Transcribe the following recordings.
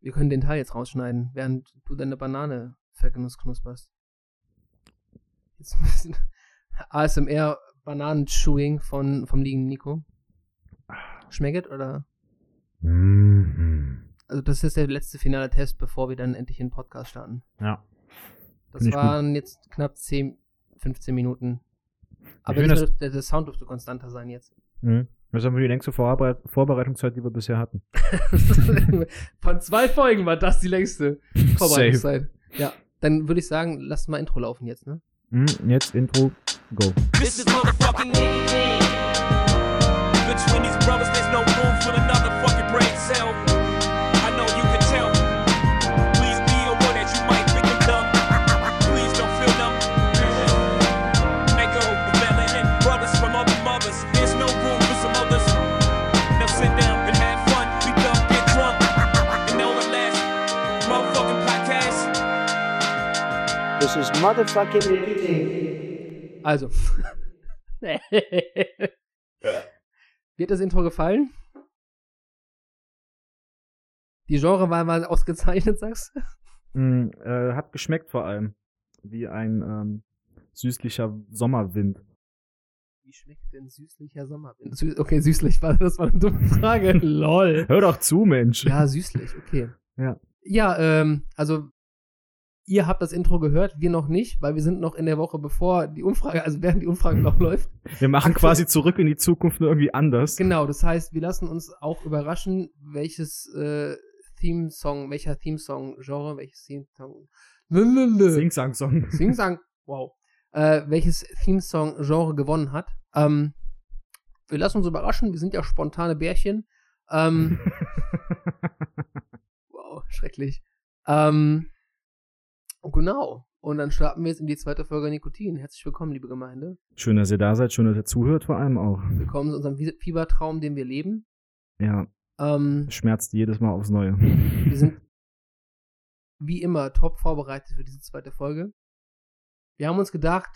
Wir können den Teil jetzt rausschneiden, während du deine Banane vergenussknusperst. Jetzt ein bisschen ASMR Bananenchewing von vom lieben Nico. Schmeckt oder? Mhm. Also das ist der letzte finale Test, bevor wir dann endlich den Podcast starten. Ja. Das Finde ich waren jetzt knapp 10, 15 Minuten. Aber finde das das- dürfte- der, der Sound dürfte konstanter sein jetzt. Mhm. Das ist aber die längste Vorbereit Vorbereitungszeit, die wir bisher hatten. Von zwei Folgen war das die längste Safe. Vorbereitungszeit. Ja, dann würde ich sagen, lass mal Intro laufen jetzt, ne? Mhm. Jetzt Intro, go. This is motherfucking Nigga Between these brothers, there's no room for another fucking brain cell. I know you can tell. Please be aware that you might think I'm dumb. Please don't feel dumb. Echo, Bella, and brothers from other mothers. There's no room for some others. Now sit down and have fun. We dumb, get drunk. And know the last motherfucking podcast. This is motherfucking. Also. Wird das Intro gefallen? Die Genrewahl war ausgezeichnet, sagst du? Mhm. Äh, hat geschmeckt vor allem. Wie ein ähm, süßlicher Sommerwind. Wie schmeckt denn süßlicher Sommerwind? Sü okay, süßlich war das war eine dumme Frage. Lol. Hör doch zu, Mensch. Ja, süßlich, okay. Ja. Ja, ähm, also ihr habt das Intro gehört, wir noch nicht, weil wir sind noch in der Woche bevor die Umfrage, also während die Umfrage noch läuft. Wir machen quasi zurück in die Zukunft nur irgendwie anders. Genau, das heißt, wir lassen uns auch überraschen, welches äh, Theme-Song, welcher Theme-Song, Genre, welches Theme-Song. Sing, sang, song. Sing sang. Wow. Äh, welches Theme-Song Genre gewonnen hat. Ähm, wir lassen uns überraschen, wir sind ja spontane Bärchen. Ähm, wow, schrecklich. Ähm, genau. Und dann starten wir jetzt in die zweite Folge Nikotin. Herzlich willkommen, liebe Gemeinde. Schön, dass ihr da seid, schön, dass ihr zuhört vor allem auch. Willkommen zu unserem Fie- Fiebertraum, den wir leben. Ja, Ähm, schmerzt jedes Mal aufs Neue. wir sind wie immer top vorbereitet für diese zweite Folge. Wir haben uns gedacht,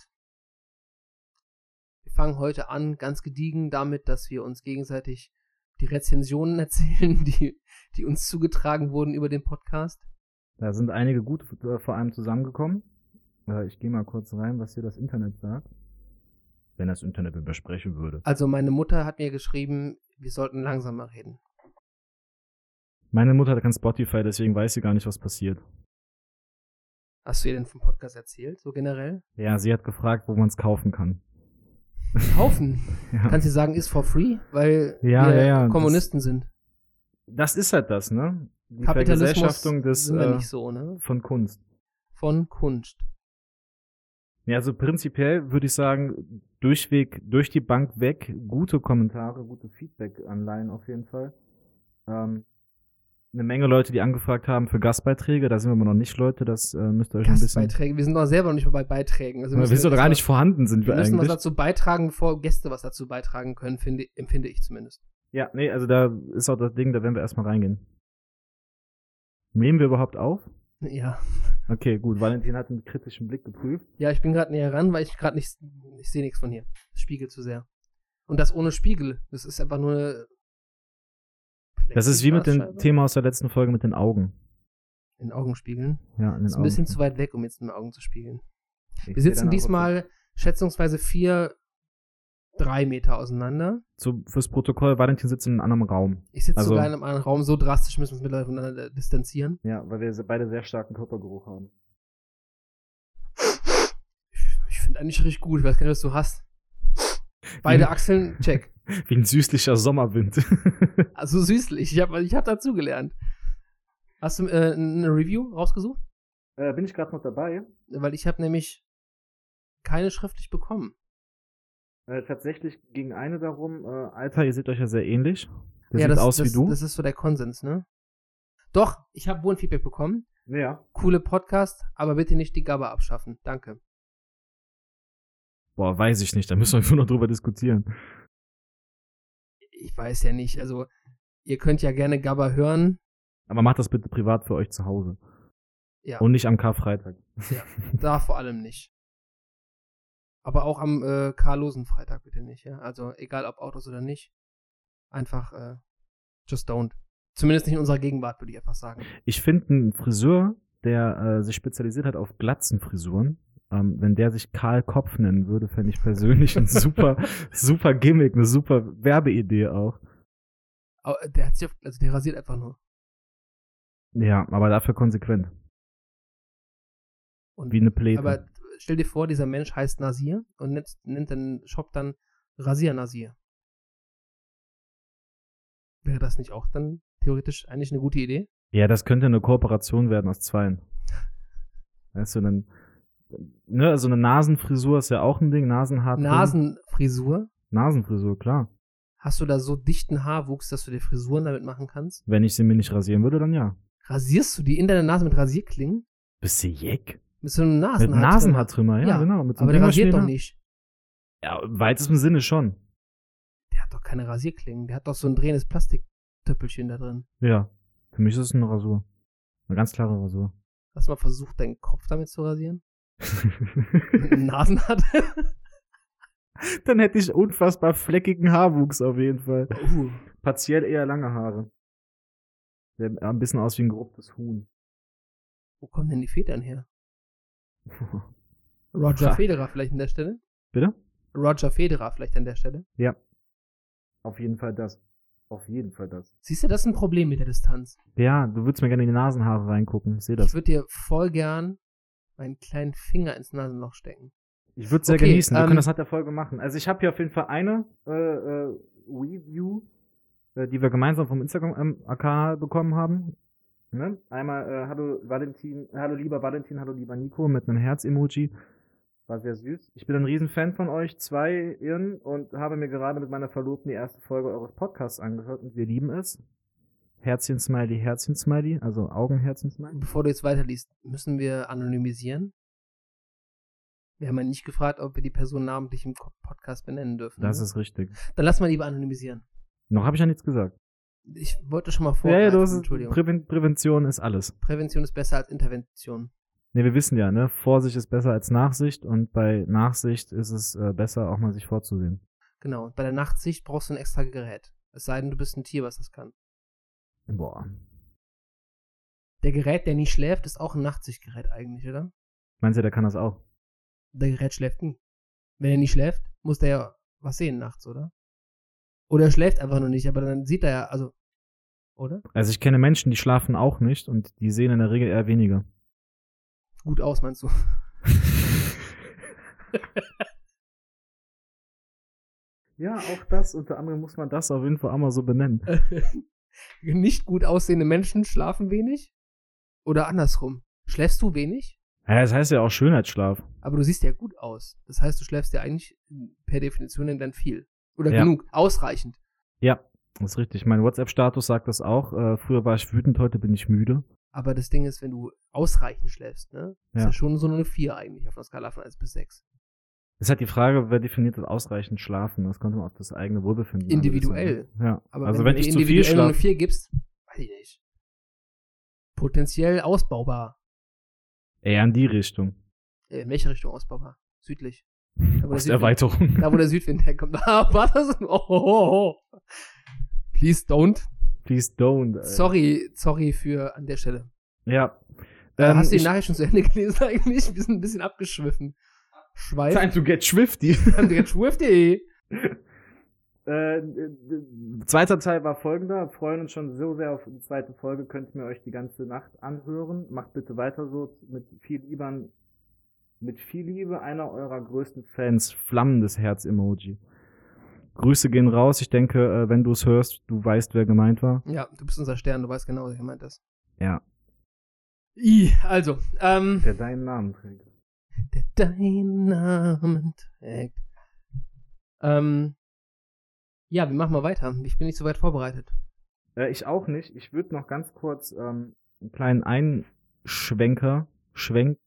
wir fangen heute an ganz gediegen damit, dass wir uns gegenseitig die Rezensionen erzählen, die, die uns zugetragen wurden über den Podcast. Da sind einige gut äh, vor allem zusammengekommen. Äh, Ich gehe mal kurz rein, was hier das Internet sagt. Wenn das Internet übersprechen würde. Also meine Mutter hat mir geschrieben, wir sollten langsamer reden. Meine Mutter hat kein Spotify, deswegen weiß sie gar nicht, was passiert. Hast du ihr denn vom Podcast erzählt, so generell? Ja, sie hat gefragt, wo man es kaufen kann. Kaufen. Ja. Kannst du sagen, ist for free, weil Ja, wir ja, ja, das- Kommunisten sind. Das ist halt das, ne? Die Kapitalismus Vergesellschaftung des, sind wir äh, nicht so, ne? von Kunst. Von Kunst. Ja, also prinzipiell würde ich sagen, durchweg, durch die Bank weg, gute Kommentare, gute Feedback-Anleihen auf jeden Fall. Ähm, eine Menge Leute, die angefragt haben für Gastbeiträge, da sind wir immer noch nicht Leute, das äh, müsst ihr euch ein bisschen. Gastbeiträge. Wir sind doch selber noch nicht mal bei Beiträgen. Also Wir müssen wissen doch erst gar mal- nicht vorhanden sind Wir wir müssen was eigentlich. dazu beitragen, bevor Gäste was dazu beitragen können, finde, empfinde ich zumindest. Ja, nee, also da ist auch das Ding, da werden wir erstmal reingehen. Nehmen wir überhaupt auf? Ja. Okay, gut, Valentin hat einen kritischen Blick geprüft. Ja, ich bin gerade näher ran, weil ich gerade nicht, ich sehe nichts von hier. Es Spiegelt zu sehr. Und das ohne Spiegel. Das ist einfach nur eine Das ist wie mit dem Plexiglasscheibe? Thema aus der letzten Folge mit den Augen. In Augenspiegeln. Ja, in den Ist ein Augen. bisschen zu weit weg, um jetzt mit den Augen zu spiegeln. Ich Wir seh sitzen deine Augen. diesmal schätzungsweise vier, drei Meter auseinander. Zu, fürs Protokoll, Valentin sitzt in einem anderen Raum. Ich sitze Also- sogar in einem anderen Raum, so drastisch müssen wir uns mittlerweile voneinander distanzieren. Ja, weil wir beide sehr starken Körpergeruch haben. Ich finde eigentlich richtig gut. Ich weiß gar nicht, was du hast. Beide Hm. Achseln, check. Wie ein süßlicher Sommerwind. Also süßlich. Ich habe ich hab dazugelernt. Hast du äh, eine Review rausgesucht? äh, bin ich gerade noch dabei? Weil ich habe nämlich keine schriftlich bekommen. Äh, tatsächlich ging eine darum, äh, Alter, ihr seht euch ja sehr ähnlich. Der ja, sieht das, aus das, wie du. Das ist so der Konsens, ne? Doch, ich habe wohl ein Feedback bekommen. ja. Coole Podcast, aber bitte nicht die Gabba abschaffen. Danke. Boah, weiß ich nicht, da müssen wir einfach noch drüber diskutieren. Ich weiß ja nicht. Also, ihr könnt ja gerne Gabba hören. Aber macht das bitte privat für euch zu Hause. Ja. Und nicht am Karfreitag. Da vor allem nicht. Aber auch am äh, karlosen Freitag bitte nicht, ja. Also egal ob Autos oder nicht. Einfach äh, just don't. Zumindest nicht in unserer Gegenwart, würde ich einfach sagen. Ich finde einen Friseur, der äh, sich spezialisiert hat auf Glatzenfrisuren, ähm, wenn der sich Karl Kopf nennen würde, fände ich persönlich ein super, super Gimmick, eine super Werbeidee auch. Aber der hat sich auf, also der rasiert einfach nur. Ja, aber dafür konsequent. Und, Wie eine Plebe. aber stell dir vor, dieser Mensch heißt Nasir und nennt, nennt den Shop dann Rasier Nasir. Wäre das nicht auch dann theoretisch eigentlich eine gute Idee? ja, das könnte eine Kooperation werden aus zweien. Weißt du, dann, ne, also eine Nasenfrisur ist ja auch ein Ding, Nasenhaar. drin. Nasenfrisur. Nasenfrisur, klar. Hast du da so dichten Haarwuchs, dass du dir Frisuren damit machen kannst? Wenn ich sie mir nicht rasieren würde, dann ja. Rasierst du die in deiner Nase mit Rasierklingen? Bist du jeck? Mit so einem Mit Nasenhaar? Nasenhaartrimmer, ja, Ja, genau. Mit so einem Aber der rasiert doch Fingerschneider. nicht. Ja, im weitesten Sinne schon. Der hat doch keine Rasierklingen. Der hat doch so ein drehendes Plastiktöppelchen da drin. Ja. Für mich ist es eine Rasur. Eine ganz klare Rasur. Hast du mal versucht, deinen Kopf damit zu rasieren? Mit einem Nasenhaar? dann hätte ich unfassbar fleckigen Haarwuchs auf jeden Fall. uh, Partiell eher lange Haare. Sieht ein bisschen aus wie ein gerupptes Huhn. wo kommen denn die Federn her? Roger Federer vielleicht an der Stelle? Bitte? Roger Federer vielleicht an der Stelle? Auf jeden Fall das. Auf jeden Fall das. Siehst du, das ist ein Problem mit der Distanz. Ja, du würdest mir gerne in die Nasenhaare reingucken. Ich sehe Ich das. würde dir voll gern meinen kleinen Finger ins Nasenloch stecken. Ich würde es sehr Okay, genießen. Wir ähm, können das nach der Folge machen. Also ich habe hier auf jeden Fall eine äh, äh, Review, äh, die wir gemeinsam vom Instagram-AK bekommen haben. Ne? Einmal äh, Hallo Valentin, Hallo lieber Valentin, Hallo lieber Nico mit einem Herz-Emoji. War sehr süß. Ich bin ein Riesenfan von euch zwei Irren und habe mir gerade mit meiner Verlobten die erste Folge eures Podcasts angehört und wir lieben es. Herzchen-Smiley, Herzchen-Smiley, also Augen-Herzchen-Smiley. Bevor du jetzt weiterliest, müssen wir anonymisieren? Wir haben ja nicht gefragt, ob wir die Person namentlich im Podcast benennen dürfen. Das ne? ist richtig. Dann lass mal lieber anonymisieren. Noch habe ich ja nichts gesagt. Ich wollte schon mal Ja, vorgreifen, ja, du hast, Entschuldigung. Präven Prävention ist alles. Prävention ist besser als Intervention. Ne, wir wissen ja, ne? Vorsicht ist besser als Nachsicht und bei Nachsicht ist es äh, besser, auch mal sich vorzusehen. Genau. Und Bei der Nachtsicht brauchst du ein extra Gerät. Es sei denn, du bist ein Tier, was das kann. Boah. Der Gerät, der nie schläft, ist auch ein Nachtsichtgerät eigentlich, oder? Meinst du, der kann das auch? Der Gerät schläft nie. Wenn er nicht schläft, muss der ja was sehen nachts, oder? Oder er schläft einfach nur nicht, aber dann sieht er ja, also, oder? Also ich kenne Menschen, die schlafen auch nicht und die sehen in der Regel eher weniger. Gut aus, meinst du? Ja, auch das, unter anderem muss man das auf jeden Fall auch mal so benennen. Äh. nicht gut aussehende Menschen schlafen wenig? Oder andersrum. Schläfst du wenig, Ja, das heißt ja auch Schönheitsschlaf. aber du siehst ja gut aus. Das heißt, du schläfst ja eigentlich per Definition dann viel. Oder Ja. genug, ausreichend. Ja, das ist richtig. Mein WhatsApp-Status sagt das auch. Äh, früher war ich wütend, heute bin ich müde. Aber das Ding ist, wenn du ausreichend schläfst, ne? Ist Ja. ja schon so eine 4 eigentlich auf einer Skala von 1 bis 6. Es ist halt die Frage, wer definiert das ausreichend Schlafen? Das kommt immer auf das eigene Wohlbefinden an. Individuell. Ja. Aber also wenn, wenn, du ich zu viel individuell nur eine schlafe. 4 gibst, weiß ich nicht. Potenziell ausbaubar. Eher in die Richtung. Äh, In welche Richtung ausbaubar? Südlich. Da, wo der Aus der Südwind- Erweiterung. Da, wo der Südwind herkommt. Ah, war das? Oh, oh, oh. Please don't. Please don't. ey. Sorry, sorry für an der Stelle. Ja. Ähm, Hast du die ich- Nachricht schon zu Ende gelesen eigentlich? Wir sind ein bisschen abgeschwiffen. Schweif. Time to get swifty. Schweif.de. Äh, äh, zweiter Teil war folgender. Wir freuen uns schon so sehr auf die zweite Folge. Könnt ihr mir euch die ganze Nacht anhören. Macht bitte weiter so. Mit viel Liebern, mit viel Liebe einer eurer größten Fans. Flammendes Herz-Emoji. Grüße gehen raus. Ich denke, äh, wenn du es hörst, du weißt, wer gemeint war. Ja, du bist unser Stern, du weißt genau, was ich gemeint ist. Ja. I, also, ähm, Der deinen Namen trägt. der deinen Namen trägt. Ähm, ja, wir machen mal weiter. Ich bin nicht so weit vorbereitet. Äh, ich auch nicht. Ich würde noch ganz kurz ähm, einen kleinen Einschwenker, Schwenk,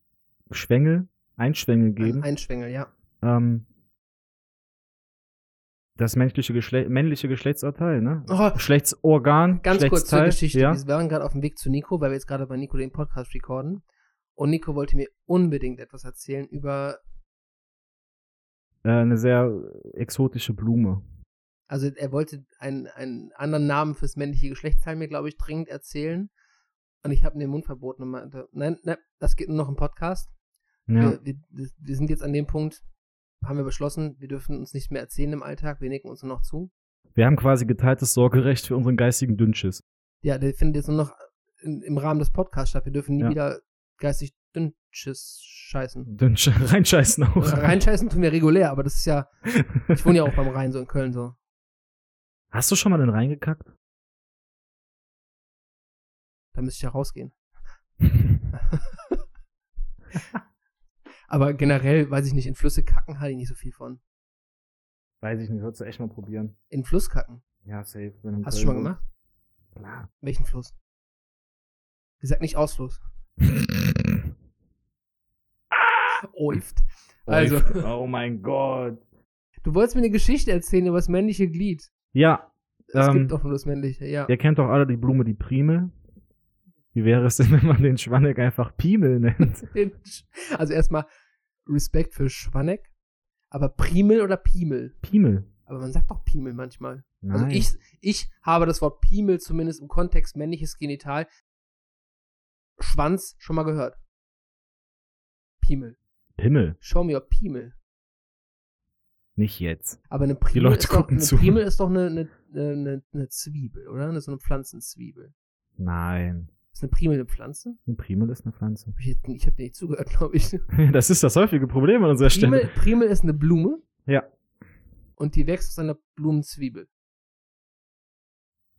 Schwengel, Einschwengel geben. Ein Einschwengel, ja. ähm, das menschliche Geschle männliche Geschlechtsurteil, ne? Oh, Geschlechtsorgan, ganz kurz zur Geschlechtsteil, Geschichte. Ja? Wir waren gerade auf dem Weg zu Nico, weil wir jetzt gerade bei Nico den Podcast recorden. Und Nico wollte mir unbedingt etwas erzählen über, Äh, eine sehr exotische Blume. also er wollte einen, einen anderen Namen fürs männliche Geschlechtsteil mir, glaube ich, dringend erzählen. Und ich habe ihm den Mund verboten und meinte, nein, nein, das geht nur noch im Podcast. Ja. Wir, wir, wir sind jetzt an dem Punkt, haben wir beschlossen, wir dürfen uns nicht mehr erzählen im Alltag, wir nicken uns nur noch zu. Wir haben quasi geteiltes Sorgerecht für unseren geistigen Dünnschiss. Ja, der findet jetzt nur noch in, im Rahmen des Podcasts statt. Wir dürfen nie Ja. wieder geistig dünnschiss scheißen. Dünnsch reinscheißen auch. Reinscheißen tun wir regulär, aber das ist ja, ich wohne ja auch beim Rhein, so in Köln so. Hast du schon mal den reingekackt? Da müsste ich ja rausgehen. aber generell, weiß ich nicht, in Flüsse kacken halte ich nicht so viel von. Weiß ich nicht, würdest du echt mal probieren. In den Fluss kacken. Ja, safe. Hast du schon mal Äh. gemacht? Klar. Welchen Fluss? Ich sag nicht Ausfluss. Oift. Also, Oh mein Gott. du wolltest mir eine Geschichte erzählen über das männliche Glied. Ja, Es Ähm, gibt auch nur das männliche, ja. ihr kennt doch alle die Blume, die Prime. Wie wäre es denn, wenn man den Schwanneck einfach Pimel nennt? Den Sch- Also erstmal Respekt für Schwanneck, aber Primel oder Pimel? Pimel. Aber man sagt doch Pimel manchmal. Nein. Also ich, ich habe das Wort Pimel zumindest im Kontext männliches Genital Schwanz schon mal gehört. Pimel. Pimmel, Show me your Pimel. nicht jetzt. Aber eine Primel, Leute ist, doch, gucken eine, zu. Primel ist doch eine, eine, eine, eine Zwiebel, oder? Das ist eine Pflanzenzwiebel. Nein. Ist eine Primel eine Pflanze? Ein Primel ist eine Pflanze. Hab Ich, jetzt- ich habe dir nicht zugehört, glaube ich. Das ist das häufige Problem an unserer Primel, Stelle. Primel ist eine Blume Ja. und die wächst aus einer Blumenzwiebel.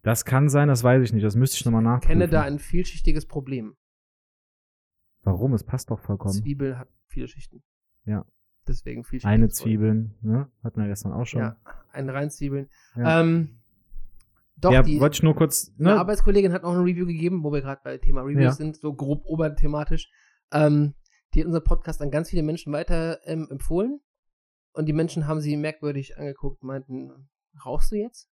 Das kann sein, das weiß ich nicht. Das müsste ich nochmal Ich nachprüfen. kenne da ein vielschichtiges Problem. Warum? Es passt doch vollkommen. Zwiebel hat viele Schichten. Ja. Deswegen vielschichtiges Eine Problem. Zwiebeln, ne? Hatten wir gestern auch schon. Ja, ein Reinzwiebeln. Ja. Ähm, doch, ja, die, wollte ich nur kurz. eine Ne? Arbeitskollegin hat auch ein Review gegeben, wo wir gerade bei Thema Reviews Ja. sind, so grob oberthematisch. Ähm, die hat unseren Podcast an ganz viele Menschen weiter ähm, empfohlen. Und die Menschen haben sie merkwürdig angeguckt und meinten, rauchst du jetzt?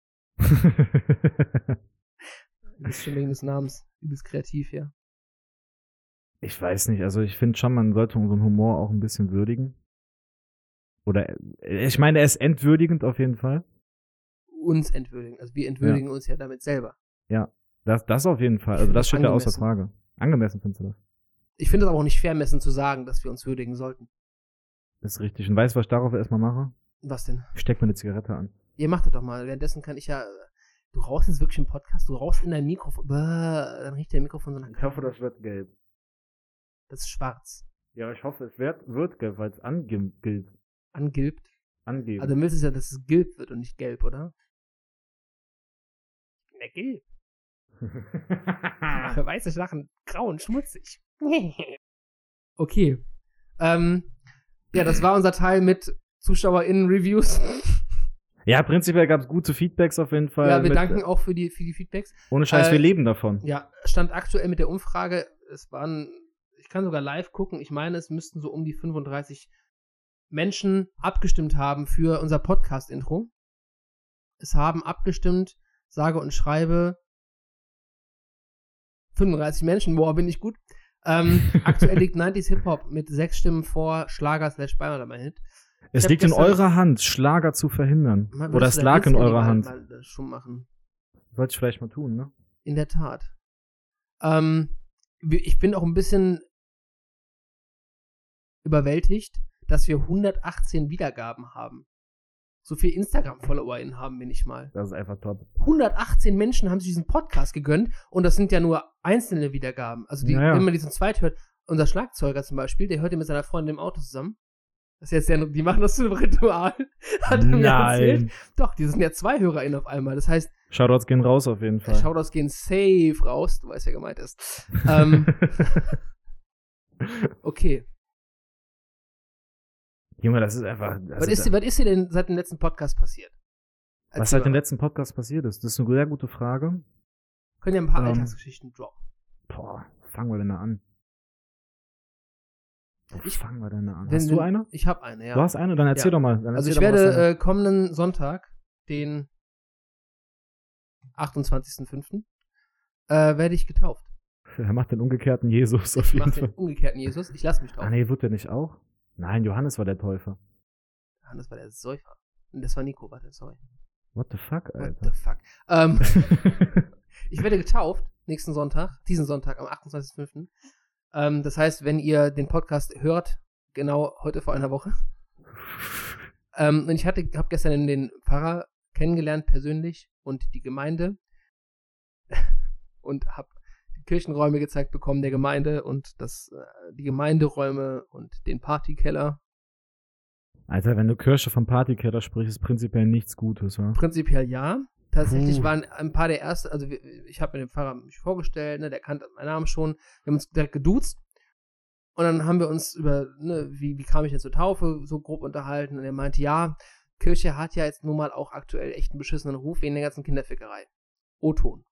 Du bist schon wegen des Namens. Du bist kreativ, ja. ich weiß nicht. Also ich finde schon, man sollte unseren Humor auch ein bisschen würdigen. Oder äh, ich meine, er ist entwürdigend auf jeden Fall. Uns entwürdigen. Also wir entwürdigen uns ja damit selber. Das, das auf jeden Fall. Ich Also find das das steht ja außer angemessen. Frage. Angemessen findest du das? Ich finde es aber auch nicht fairmessen zu sagen, dass wir uns würdigen sollten. Ist richtig. Und weißt du, was ich darauf erstmal mache? Was denn? Ich steck mir eine Zigarette an. Ihr macht das doch mal. Währenddessen kann ich ja. Du rauchst jetzt wirklich im Podcast, du rauchst in dein Mikrofon. Bäh, Dann riecht dein Mikrofon so nach. hoffe, das wird gelb. Das ist schwarz. Ja, ich hoffe, es wird, wird gelb, weil es angibt. Angilbt. Angeht. Also dann willst du ja, dass es gilb wird und nicht gelb, oder? Na, gelb. Ah. Ach, weiße Sachen, grau und schmutzig. okay. Ähm, ja, das war unser Teil mit ZuschauerInnen-Reviews. ja, prinzipiell gab es gute Feedbacks auf jeden Fall. ja, wir mit- danken auch für die, für die Feedbacks. Ohne Scheiß, äh, wir leben davon. Ja, stand aktuell mit der Umfrage, es waren, ich kann sogar live gucken, ich meine, es müssten so um die 35 Menschen abgestimmt haben für unser Podcast-Intro. Es haben abgestimmt, sage und schreibe, 35 Menschen, boah, bin ich gut. Ähm, aktuell liegt 90s Hip-Hop mit sechs Stimmen vor Schlager slash Bayern mein Hit. ich es hab liegt in gestern- eurer Hand, Schlager zu verhindern. Mal, Oder würdest es du dein lag in Disco eurer mal- Hand. mal das Schon machen. Sollte ich vielleicht mal tun, ne? In der Tat. Ähm, wir- ich bin auch ein bisschen überwältigt, dass wir 118 Wiedergaben haben. So viel Instagram-FollowerInnen haben wir nicht mal. Das ist einfach top. 118 Menschen haben sich diesen Podcast gegönnt und das sind ja nur einzelne Wiedergaben. Also die, Ja, ja. wenn man diesen zweit hört, unser Schlagzeuger zum Beispiel, der hört ja mit seiner Freundin im Auto zusammen. Das ist jetzt ja, die machen das zu einem Ritual. Hat er mir erzählt. Nein. Doch, die sind ja zwei HörerInnen auf einmal. Das heißt, Shoutouts gehen raus auf jeden Fall. Shoutouts gehen safe raus. Du weißt, wer gemeint ist. Ähm, okay. Junge, das ist einfach. Das Was ist, dir- was ist dir denn seit dem letzten Podcast passiert? was Erzähl seit dem mal. letzten Podcast passiert ist. Das ist eine sehr gute Frage. Können ja ein paar Ähm, Alltagsgeschichten droppen. Boah, fangen wir denn da an? Wo Ich- fangen wir denn da an? Wenn- Hast wenn- du eine? Ich habe eine, ja. Du hast eine? Dann erzähl Ja. doch mal. Dann also erzähl ich doch mal, was werde deine- äh, kommenden Sonntag, den 28.05., äh, werde ich getauft. er macht den umgekehrten Jesus Ich auf mache jeden den Fall. umgekehrten Jesus. Ich lasse mich Ah, taufen. nee, wird der nicht auch? Nein, Johannes war der Täufer. Ah, das war der Säufer. Und Das war Nico, warte, sorry. What the fuck, What Alter? the fuck? Ähm, ich werde getauft nächsten Sonntag, diesen Sonntag am 28.05. Ähm, das heißt, wenn ihr den Podcast hört, genau heute vor einer Woche. Ähm, und ich hatte, habe gestern den Pfarrer kennengelernt persönlich und die Gemeinde und habe die Kirchenräume gezeigt bekommen der Gemeinde und das äh, die Gemeinderäume und den Partykeller. Alter, wenn du Kirsche vom Partykeller sprichst, ist prinzipiell nichts Gutes, wa? Prinzipiell ja. Tatsächlich Puh. waren ein paar der ersten, also wir- ich habe mir den Fahrer mich vorgestellt, ne, der kannte meinen Namen schon. Wir haben uns direkt geduzt. Und dann haben wir uns über, ne, wie, wie kam ich jetzt zur Taufe, so grob unterhalten. Und er meinte, ja, Kirche hat ja jetzt nun mal auch aktuell echt einen beschissenen Ruf wegen der ganzen Kinderfickerei. O-Ton.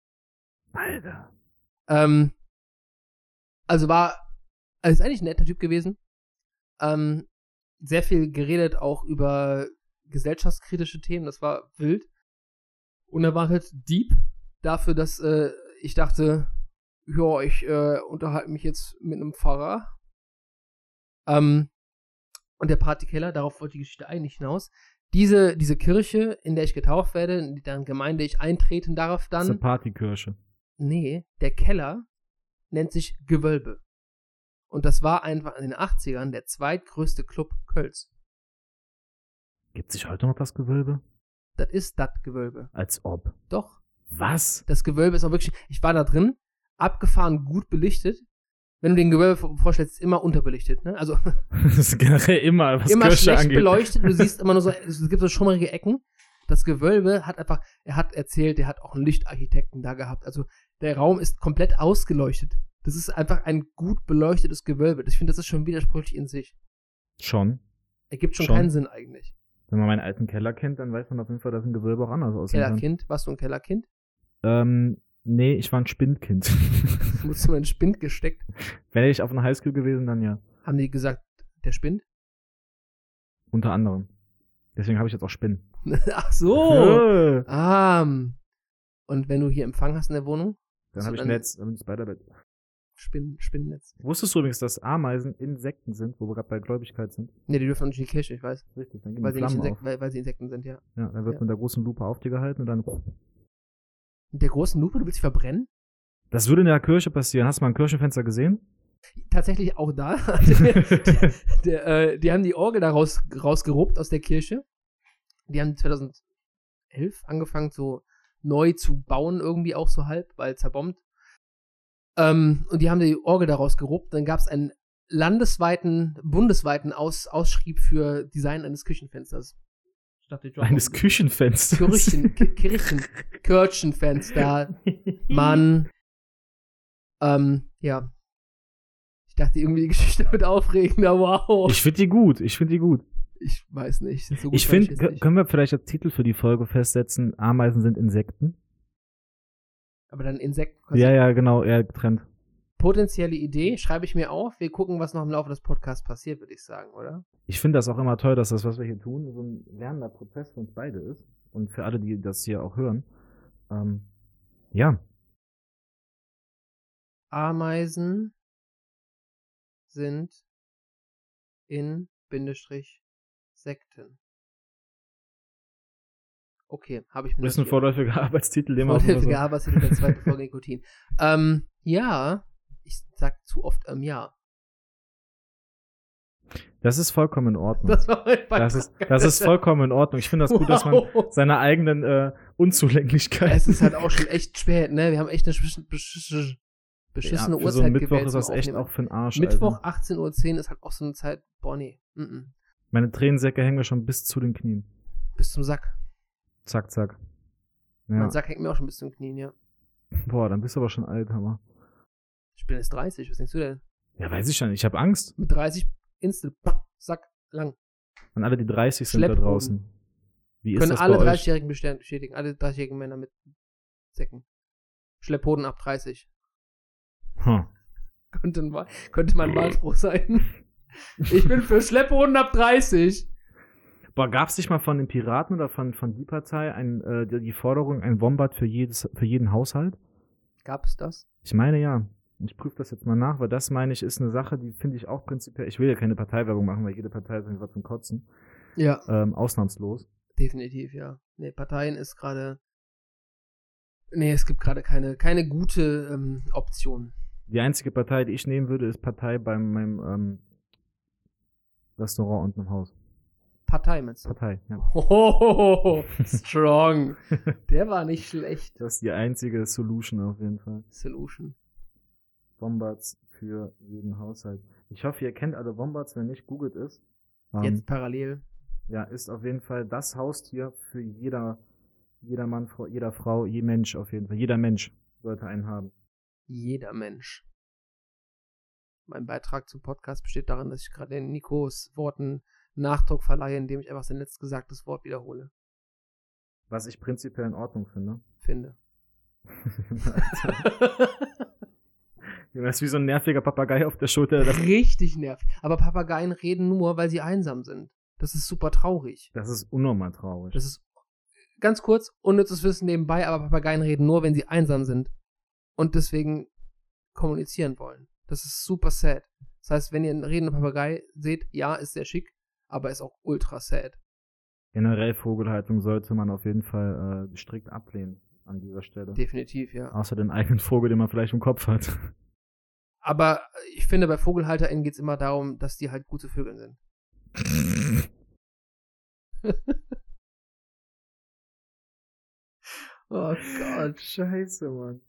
Alter. Ähm, also war, also ist eigentlich ein netter Typ gewesen. Ähm, sehr viel geredet auch über gesellschaftskritische Themen, das war wild. Unerwartet halt deep dafür, dass äh, ich dachte, ja, ich äh, unterhalte mich jetzt mit einem Pfarrer. Ähm, und der Partykeller, darauf wollte die Geschichte eigentlich hinaus. Diese, diese Kirche, in der ich getauft werde, in deren Gemeinde ich eintreten darf Das ist dann. eine Partykirsche. Nee, der Keller nennt sich Gewölbe. Und das war einfach in den 80ern der zweitgrößte Club Kölns. Gibt sich heute noch das Gewölbe? Das ist das Gewölbe. Als ob. Doch, Was? das Gewölbe ist auch wirklich, ich war da drin, abgefahren, gut belichtet. Wenn du den Gewölbe vor- vorstellst, ist immer unterbelichtet, ne? Also Das ist generell immer, was immer Kirsche schlecht angeht. beleuchtet, du siehst immer nur so, es gibt so schummerige Ecken. Das Gewölbe hat einfach, er hat erzählt, er hat auch einen Lichtarchitekten da gehabt. Also der Raum ist komplett ausgeleuchtet. Das ist einfach ein gut beleuchtetes Gewölbe. Ich finde, das ist schon widersprüchlich in sich. Schon. Ergibt schon, Schon. keinen Sinn eigentlich. Wenn man meinen alten Keller kennt, dann weiß man auf jeden Fall, dass ein Gewölbe auch anders aussehen kann. Kellerkind, warst du ein Kellerkind? Ähm, nee, ich war ein Spindkind. Wurdest du in den Spind gesteckt? Wäre ich auf einer Highschool gewesen, dann ja. Haben die gesagt, der Spind? Unter anderem. Deswegen habe ich jetzt auch Spinnen. Ach so. Äh, ah. Und wenn du hier Empfang hast in der Wohnung? Dann So, habe ich dann- ein Netz, dann bin ich Spiderbett. Spinnen, Spinnennetz. Wusstest du übrigens, dass Ameisen Insekten sind, wo wir gerade bei Gläubigkeit sind? Ne, die dürfen auch nicht in die Kirche, ich weiß. Richtig, dann gehen Weil die sie, nicht Flammen auf. Insekten, weil, weil sie Insekten sind, ja. Ja, dann wird Ja. mit der großen Lupe auf dir gehalten und dann. Mit der großen Lupe, du willst dich verbrennen? Das würde in der Kirche passieren. Hast du mal ein Kirchenfenster gesehen? Tatsächlich auch da. Alter, der, äh, die haben die Orgel da raus, rausgeruppt aus der Kirche. Die haben 2011 angefangen, so neu zu bauen, irgendwie auch so halb, weil zerbombt. Ähm, und die haben die Orgel da rausgeruppt. Dann gab es einen landesweiten, bundesweiten Aus, Ausschrieb für Design eines Küchenfensters. Ich dachte, ich drop Eines mal- Küchenfensters. Kirchen, Ki- Kirchen, Kirchenfenster. Mann. Ähm, ja. Ich dachte irgendwie, die Geschichte wird aufregender, wow. Ich finde die gut, ich finde die gut. Ich weiß nicht. So gut ich fand finde, es kö- nicht. können wir vielleicht als Titel für die Folge festsetzen, Ameisen sind Insekten? Aber dann Insekten. ja, ja, genau, eher getrennt. Potenzielle Idee, schreibe ich mir auf. Wir gucken, was noch im Laufe des Podcasts passiert, würde ich sagen, oder? Ich finde das auch immer toll, dass das, was wir hier tun, so ein lernender Prozess für uns beide ist. Und für alle, die das hier auch hören. Ähm, ja, Ameisen sind in Bindestrich Sekten. Okay, habe ich mir das ist ein notiert. vorläufiger Arbeitstitel, den wir auch immer Vorläufige so- Arbeitstitel der zweiten Folge Nikotin. Ähm, ja, ich sag zu oft ähm, ja. Das ist vollkommen in Ordnung. Das war mein Hm. Das ist, das ist vollkommen in Ordnung. Ich finde das gut, dass man seine eigenen äh, Unzulänglichkeiten. Es ist halt auch schon echt spät, ne? Wir haben echt eine besch- besch- beschissene für Uhrzeit so einen Mittwoch gewählt. ist das zum echt Aufnehmen. auch für den Arsch. Mittwoch Alter. 18.10 Uhr ist halt auch so eine Zeit, boah nee, mm -mm. Meine Tränensäcke hängen mir schon bis zu den Knien. bis zum Sack. Zack, zack. Ja. Mein Sack hängt mir auch schon bis zum Knien, ja. Boah, dann bist du aber schon alt, Hammer. Ich bin jetzt 30, was denkst du denn? Ja, weiß ich schon. Ich habe Angst. Mit 30 instant, pack, Sack, lang. An alle, die 30 sind da Schlepphoden. draußen. Wie ist Können das alle bei euch? 30-Jährigen bestern- bestätigen, alle 30-jährigen Männer mit Säcken. Schlepphoden ab 30. Hm. Könnte, ein Wahl- könnte mein Wahlspruch sein. Ich bin für Schlepphoden ab 30. Boah, gab's nicht mal von den Piraten oder von, von die Partei ein, äh, die, die Forderung, ein Wombat für, jedes, für jeden Haushalt? Gab es das? Ich meine ja. Ich prüfe das jetzt mal nach, weil das meine ich ist eine Sache, die finde ich auch prinzipiell. Ich will ja keine Parteiwerbung machen, weil jede Partei ist irgendwie was zum Kotzen. Ja. Ähm, ausnahmslos. Definitiv, ja. Nee, Parteien ist gerade. Nee, es gibt gerade keine, keine gute ähm, Option. Die einzige Partei, die ich nehmen würde, ist Partei bei meinem ähm, Restaurant unten im Haus. Partei meinst du? Partei, ja. Hohohoho, strong. Der war nicht schlecht. Das ist die einzige Solution auf jeden Fall. Solution. Wombats für jeden Haushalt. Ich hoffe, ihr kennt alle Wombats, wenn nicht, googelt es. Ähm, Jetzt parallel. Ja, ist auf jeden Fall das Haustier für jeder, jeder Mann, Frau, jeder Frau, je Mensch auf jeden Fall. Jeder Mensch sollte einen haben. Jeder Mensch. Mein Beitrag zum Podcast besteht darin, dass ich gerade den Nikos Worten Nachdruck verleihe, indem ich einfach sein letztgesagtes Wort wiederhole. Was ich prinzipiell in Ordnung finde. Finde. Junge, Das ist wie so ein nerviger Papagei auf der Schulter. Das, Richtig nervig. Aber Papageien reden nur, weil sie einsam sind. Das ist super traurig. das ist unnormal traurig. Das ist ganz kurz, unnützes Wissen nebenbei, aber Papageien reden nur, wenn sie einsam sind und deswegen kommunizieren wollen. Das ist super sad. Das heißt, wenn ihr einen redenden Papagei seht, ja, ist sehr schick, aber ist auch ultra sad. Generell Vogelhaltung sollte man auf jeden Fall äh, strikt ablehnen an dieser Stelle. Definitiv, ja. Außer den eigenen Vogel, den man vielleicht im Kopf hat. Aber ich finde, bei VogelhalterInnen geht es immer darum, dass die halt gute Vögel sind. oh Gott. Scheiße, Mann.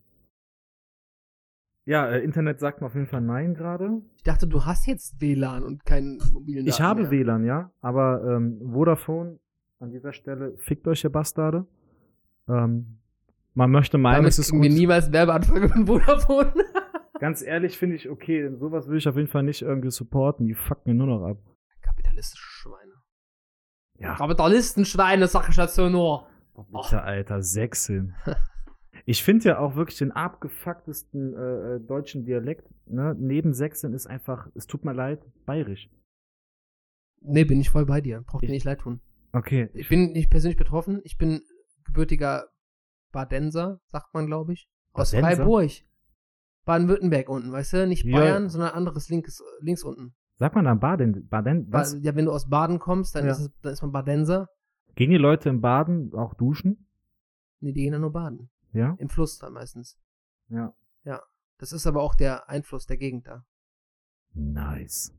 Ja, äh, Internet sagt mir auf jeden Fall nein gerade. Ich dachte, du hast jetzt WLAN und keinen mobilen Ich Daten habe mehr. WLAN, ja, aber ähm, Vodafone an dieser Stelle fickt euch, ihr Bastarde. Ähm, man möchte meinen, Damit es ist kriegen wir gut. niemals Werbeanfrage von Vodafone. Ganz ehrlich finde ich okay, denn sowas will ich auf jeden Fall nicht irgendwie supporten. Die fucken mir nur noch ab. Kapitalistische Schweine. Ja. Kapitalistenschweine, sag ich dazu nur. Bitte, Alter, Sechseln. Ich finde ja auch wirklich den abgefucktesten äh, äh, deutschen Dialekt, ne? Neben Sechseln ist einfach, es tut mir leid, bayerisch. Nee, bin ich voll bei dir. Braucht dir Ich- nicht leid tun. Okay. Ich bin nicht persönlich betroffen. Ich bin gebürtiger Badenser, sagt man, glaube ich. Aus Badenser? Freiburg. Baden-Württemberg unten, weißt du? Nicht ne? Ja. Bayern, sondern anderes linkes, links unten. Sagt man dann Baden, Baden, Ba- was? Ja, wenn du aus Baden kommst, dann, Ja. ist, es, dann ist man Badenser. Gehen die Leute im Baden auch duschen? Nee, die gehen dann nur baden. Ja? Im Fluss dann meistens. Ja. Das ist aber auch der Einfluss der Gegend da. Nice.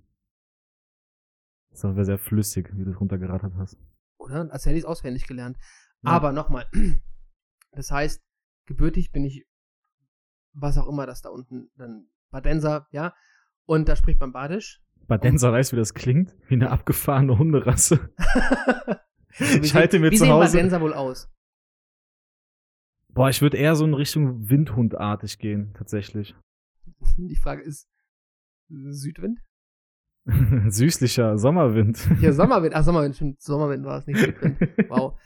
Das ist aber sehr flüssig, wie du es runtergerattert hast. Oder? Als hätte ich es auswendig gelernt. Ja. Aber nochmal. Das heißt, gebürtig bin ich, was auch immer das da unten, dann Badenser, ja. Und da spricht man Badisch. Badenser weiß, wie das klingt? Wie eine abgefahrene Hunderasse. Wie Ich halte sehen- mir wie zu sehen Hause- Badenser wohl aus? Boah, ich würde eher so in Richtung Windhundartig gehen, tatsächlich. Die Frage ist, Südwind? Süßlicher Sommerwind. Ja, Sommerwind. Ach, Sommerwind, stimmt. Sommerwind war es nicht Südwind. Wow.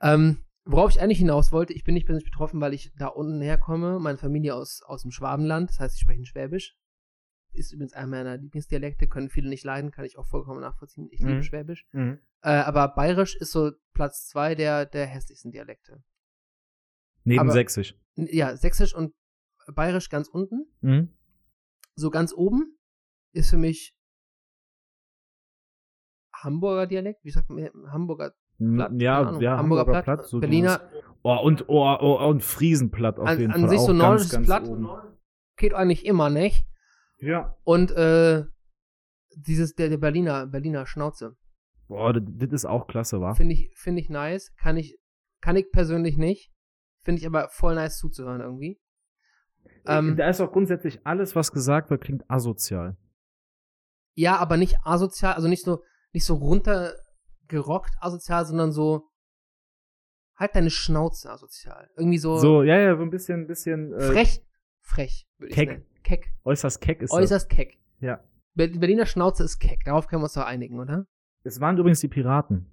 ähm, worauf ich eigentlich hinaus wollte, ich bin nicht persönlich betroffen, weil ich da unten herkomme. Meine Familie aus, aus dem Schwabenland, das heißt, ich spreche Schwäbisch. Ist übrigens einer meiner Lieblingsdialekte, können viele nicht leiden, kann ich auch vollkommen nachvollziehen. Ich liebe Mhm. Schwäbisch. Äh, aber Bayerisch ist so Platz zwei der, der hässlichsten Dialekte. Neben Aber- Sächsisch. N- Ja, Sächsisch und Bayerisch ganz unten. Mhm. so ganz oben ist für mich Hamburger Dialekt, wie sagt man, Hamburger Platt, keine Ja, Ahnung, ja, Hm, Hamburger Platt, so Berliner, dieses- Oh, und, oh, oh, und Friesenplatt auf an, jeden an Fall. sich auch so ganz, nordisches ganz Platt oben. geht eigentlich immer, nicht? Ja. Und äh, dieses, der, der Berliner, Berliner Schnauze, Boah, das, das ist auch klasse, wa? finde ich, finde ich nice, kann ich, kann ich persönlich nicht, finde ich aber voll nice zuzuhören irgendwie. Ähm, Äh, da ist auch grundsätzlich alles, was gesagt wird, klingt asozial. ja, aber nicht asozial, also nicht so, nicht so runtergerockt asozial, sondern so halt deine Schnauze asozial. Irgendwie So, ja, ja, so ein bisschen, bisschen äh, Frech. Frech, würde ich keck. nennen. Keck. äußerst keck ist das. Äußerst keck. Ja. Ber- die Berliner Schnauze ist keck. Darauf können wir uns doch einigen, oder? Es waren übrigens die Piraten.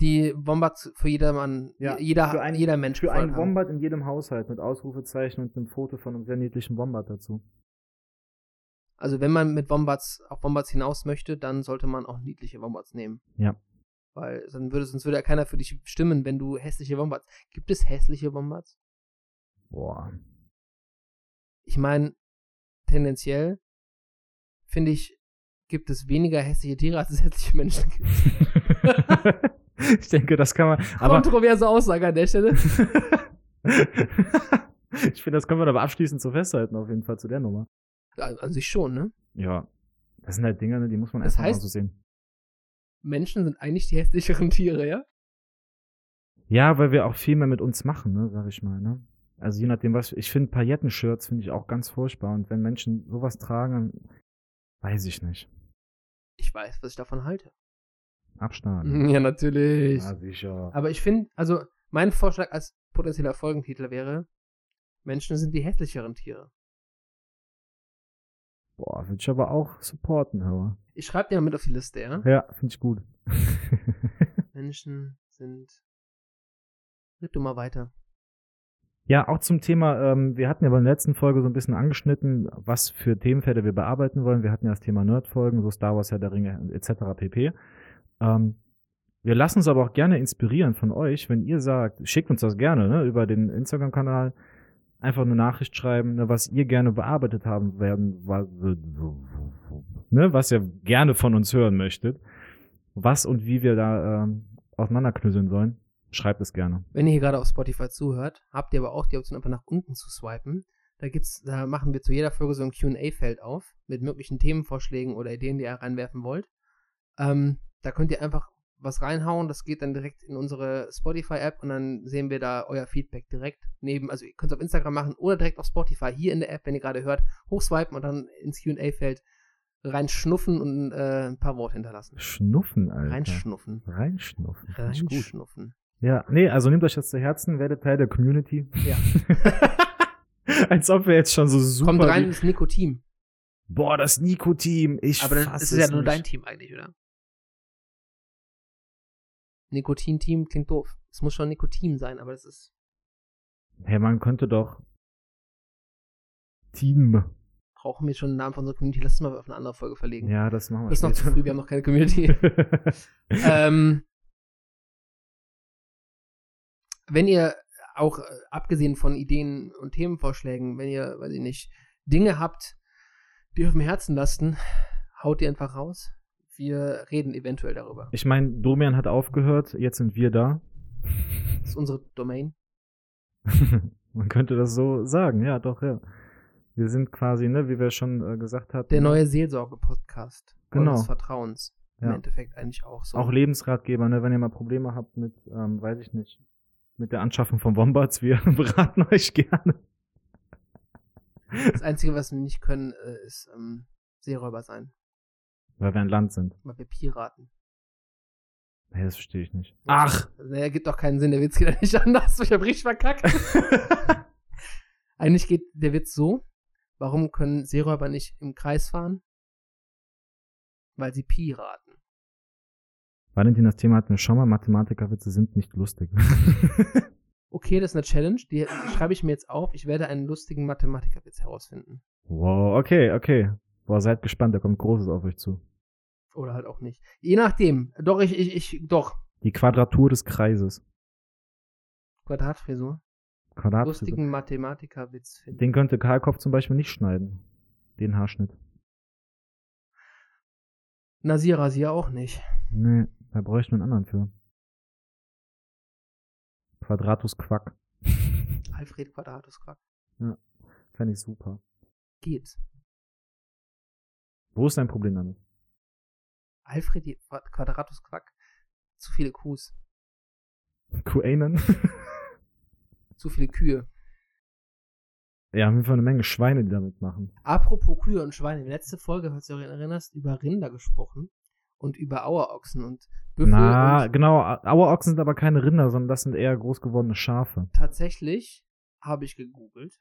Die Wombats für jedermann, Ja, jeder, für einen- jeder Mensch. Für einen gefallen haben. Wombat in jedem Haushalt mit Ausrufezeichen und einem Foto von einem sehr niedlichen Wombat dazu. Also wenn man mit Wombats auf Wombats hinaus möchte, dann sollte man auch niedliche Wombats nehmen. Ja. Weil dann würde, sonst würde ja keiner für dich stimmen, wenn du hässliche Wombats. Gibt es hässliche Wombats? Boah. Ich meine, tendenziell finde ich, gibt es weniger hässliche Tiere, als es hässliche Menschen gibt. Ich denke, das kann man. Aber Kontroverse Aussage an der Stelle. ich finde, das können wir aber abschließend so festhalten, auf jeden Fall zu der Nummer. Ja, An sich schon, ne? Ja. Das sind halt Dinge, ne, die muss man Das erstmal mal heißt- so sehen. Menschen sind eigentlich die hässlicheren Tiere, ja? Ja, weil wir auch viel mehr mit uns machen, ne, sag ich mal, ne? Also je nachdem, was ich finde, Paillettenshirts finde ich auch ganz furchtbar. Und wenn Menschen sowas tragen, dann weiß ich nicht. Ich weiß, was ich davon halte. Abschneiden. Ja, natürlich. Ja, sicher. Aber ich finde, also mein Vorschlag als potenzieller Folgentitel wäre, Menschen sind die hässlicheren Tiere. Boah, würde ich aber auch supporten, aber. Ich schreibe dir mal mit auf die Liste, ja? Ja, finde ich gut. Menschen sind... Red du mal weiter. Ja, auch zum Thema, ähm, wir hatten ja bei der letzten Folge so ein bisschen angeschnitten, was für Themenfelder wir bearbeiten wollen. Wir hatten ja das Thema Nerdfolgen, so Star Wars, Herr der Ringe etc. pp. Ähm, wir lassen uns aber auch gerne inspirieren von euch, wenn ihr sagt, schickt uns das gerne ne, über den Instagram-Kanal, einfach eine Nachricht schreiben, ne, was ihr gerne bearbeitet haben werden, was, ne, was ihr gerne von uns hören möchtet, was und wie wir da ähm, auseinanderknüsseln sollen. Schreibt es gerne. Wenn ihr hier gerade auf Spotify zuhört, habt ihr aber auch die Option, einfach nach unten zu swipen. Da gibt's, da machen wir zu jeder Folge so ein QA-Feld auf mit möglichen Themenvorschlägen oder Ideen, die ihr reinwerfen wollt. Ähm, da könnt ihr einfach was reinhauen, das geht dann direkt in unsere Spotify-App und dann sehen wir da euer Feedback direkt neben. Also ihr könnt es auf Instagram machen oder direkt auf Spotify hier in der App, wenn ihr gerade hört, hochswipen und dann ins QA-Feld reinschnuffen und äh, ein paar Worte hinterlassen. Schnuffen, Alter. Reinschnuffen. Reinschnuffen. Finde ich gut. Reinschnuffen. Ja, nee, also nehmt euch das zu Herzen, werdet Teil der Community. Ja. Als ob wir jetzt schon so super. Kommt rein ins Nico-Team. Boah, das Nico-Team. Ich Aber dann fass ist es ja nur nicht. dein Team eigentlich, oder? Nikotin-Team klingt doof. Es muss schon Nikotin sein, aber das ist. Hey, man könnte doch. Team. Brauchen wir schon einen Namen von unserer Community? Lass es mal auf eine andere Folge verlegen. Ja, das machen wir. das ist noch zu früh, wir haben noch keine Community. ähm, wenn ihr auch äh, abgesehen von Ideen und Themenvorschlägen, wenn ihr, weiß ich nicht, Dinge habt, die euch auf dem Herzen lasten, haut die einfach raus. Wir reden eventuell darüber. ich meine, Domian hat aufgehört, jetzt sind wir da. Das ist unsere Domain. man könnte das so sagen, ja, doch, ja. Wir sind quasi, ne, wie wir schon äh, gesagt hatten. Der neue Seelsorge-Podcast. Genau. Eures Vertrauens. Im Ja. Endeffekt eigentlich auch so. Auch Lebensratgeber, ne? wenn ihr mal Probleme habt mit, ähm, weiß ich nicht, mit der Anschaffung von Wombats, wir beraten euch gerne. das Einzige, was wir nicht können, äh, ist ähm, Seeräuber sein. Weil wir ein Land sind. Weil wir Piraten. Nee, das verstehe ich nicht. Ach! Naja, gibt doch keinen Sinn. Der Witz geht ja nicht anders. Ich hab richtig verkackt. eigentlich geht der Witz so. Warum können Seeräuber nicht im Kreis fahren? Weil sie Piraten. Valentin, das Thema hatten wir schon mal. Mathematikerwitze sind nicht lustig. Okay, das ist eine Challenge. Die schreibe ich mir jetzt auf. Ich werde einen lustigen Mathematikerwitz herausfinden. wow, okay, okay. Boah, seid gespannt, da kommt Großes auf euch zu. Oder halt auch nicht. Je nachdem. Doch, ich, ich, ich, doch. Die Quadratur des Kreises. Quadratfrisur. Quadrat lustigen Mathematikerwitz finden. Den könnte Karlkopf zum Beispiel nicht schneiden. Den Haarschnitt. Nasir Rasir auch nicht. Nee, da bräuchte man einen anderen für. Quadratus Quack. Alfred Quadratus Quack. Fände ich super. Geht. Wo ist dein Problem damit? Alfred die- Qua- Quadratus Quack. Zu viele Kuhs. QAnon? Zu viele Kühe. Ja, haben wir eine Menge Schweine, die damit machen. Apropos Kühe und Schweine. Letzte Folge, falls du dich erinnerst, über Rinder gesprochen. Und über Auerochsen und Büffel. Na, und genau. Auerochsen sind aber keine Rinder, sondern das sind eher groß gewordene Schafe. tatsächlich habe ich gegoogelt.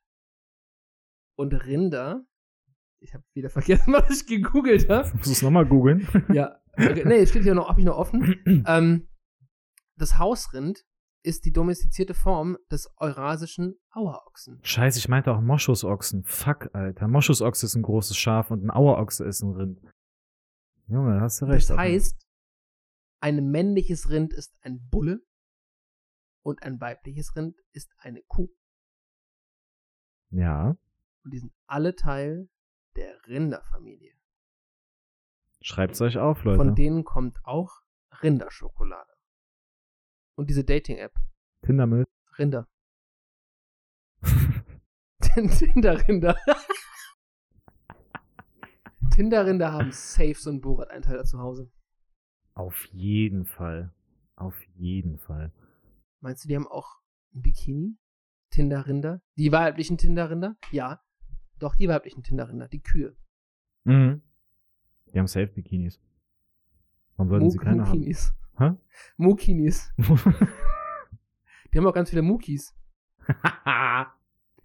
Und Rinder. Ich habe wieder vergessen, was ich gegoogelt habe. Musst du es nochmal googeln? Ja. Okay, nee, steht hier noch, hab ich noch offen. ähm, das Hausrind ist die domestizierte Form des eurasischen Auerochsen. Scheiße, ich meinte auch Moschusochsen. Fuck, Alter. Moschusochse ist ein großes Schaf und ein Auerochse ist ein Rind. Junge, da hast du recht. Das heißt, ein männliches Rind ist ein Bulle und ein weibliches Rind ist eine Kuh. Ja. Und die sind alle Teil der Rinderfamilie. Schreibt's euch auf, Leute. Von denen kommt auch Rinderschokolade. und diese Dating-App. Tindermüll. Rinder. Tin- Tinder-Rinder. Tinder-Rinder haben safe so einen Borat-Einteiler zu Hause. Auf jeden Fall. Auf jeden Fall. Meinst du, die haben auch ein Bikini? Tinder-Rinder? Die weiblichen Tinder-Rinder? Ja. Doch, die weiblichen Tinder-Rinder. Die Kühe. Mhm. Die haben Safe-Bikinis. Warum sollten sie keine haben? Mukinis. Hä? Mukinis. Die haben auch ganz viele Mukis.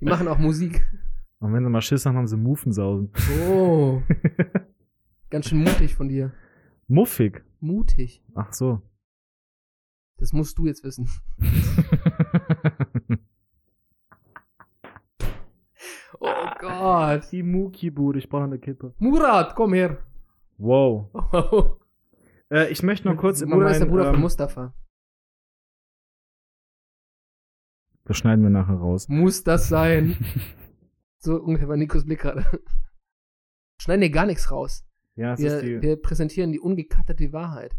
Die machen auch Musik. Und wenn sie mal Schiss haben, haben sie Mufensausen. Oh. ganz schön mutig von dir. Muffig. Mutig. Ach so. Das musst du jetzt wissen. Oh Gott. Die Muki-Bude, ich brauche eine Kippe. Murat, komm her. Wow. Äh, ich möchte noch kurz immer Murat ist der mein, Bruder von ähm, Mustafa. Das schneiden wir nachher raus. Muss das sein? so ungefähr war Nikos Blick gerade. Schneiden dir gar nichts raus. Ja, es Wir, ist die. wir präsentieren die ungekatterte Wahrheit.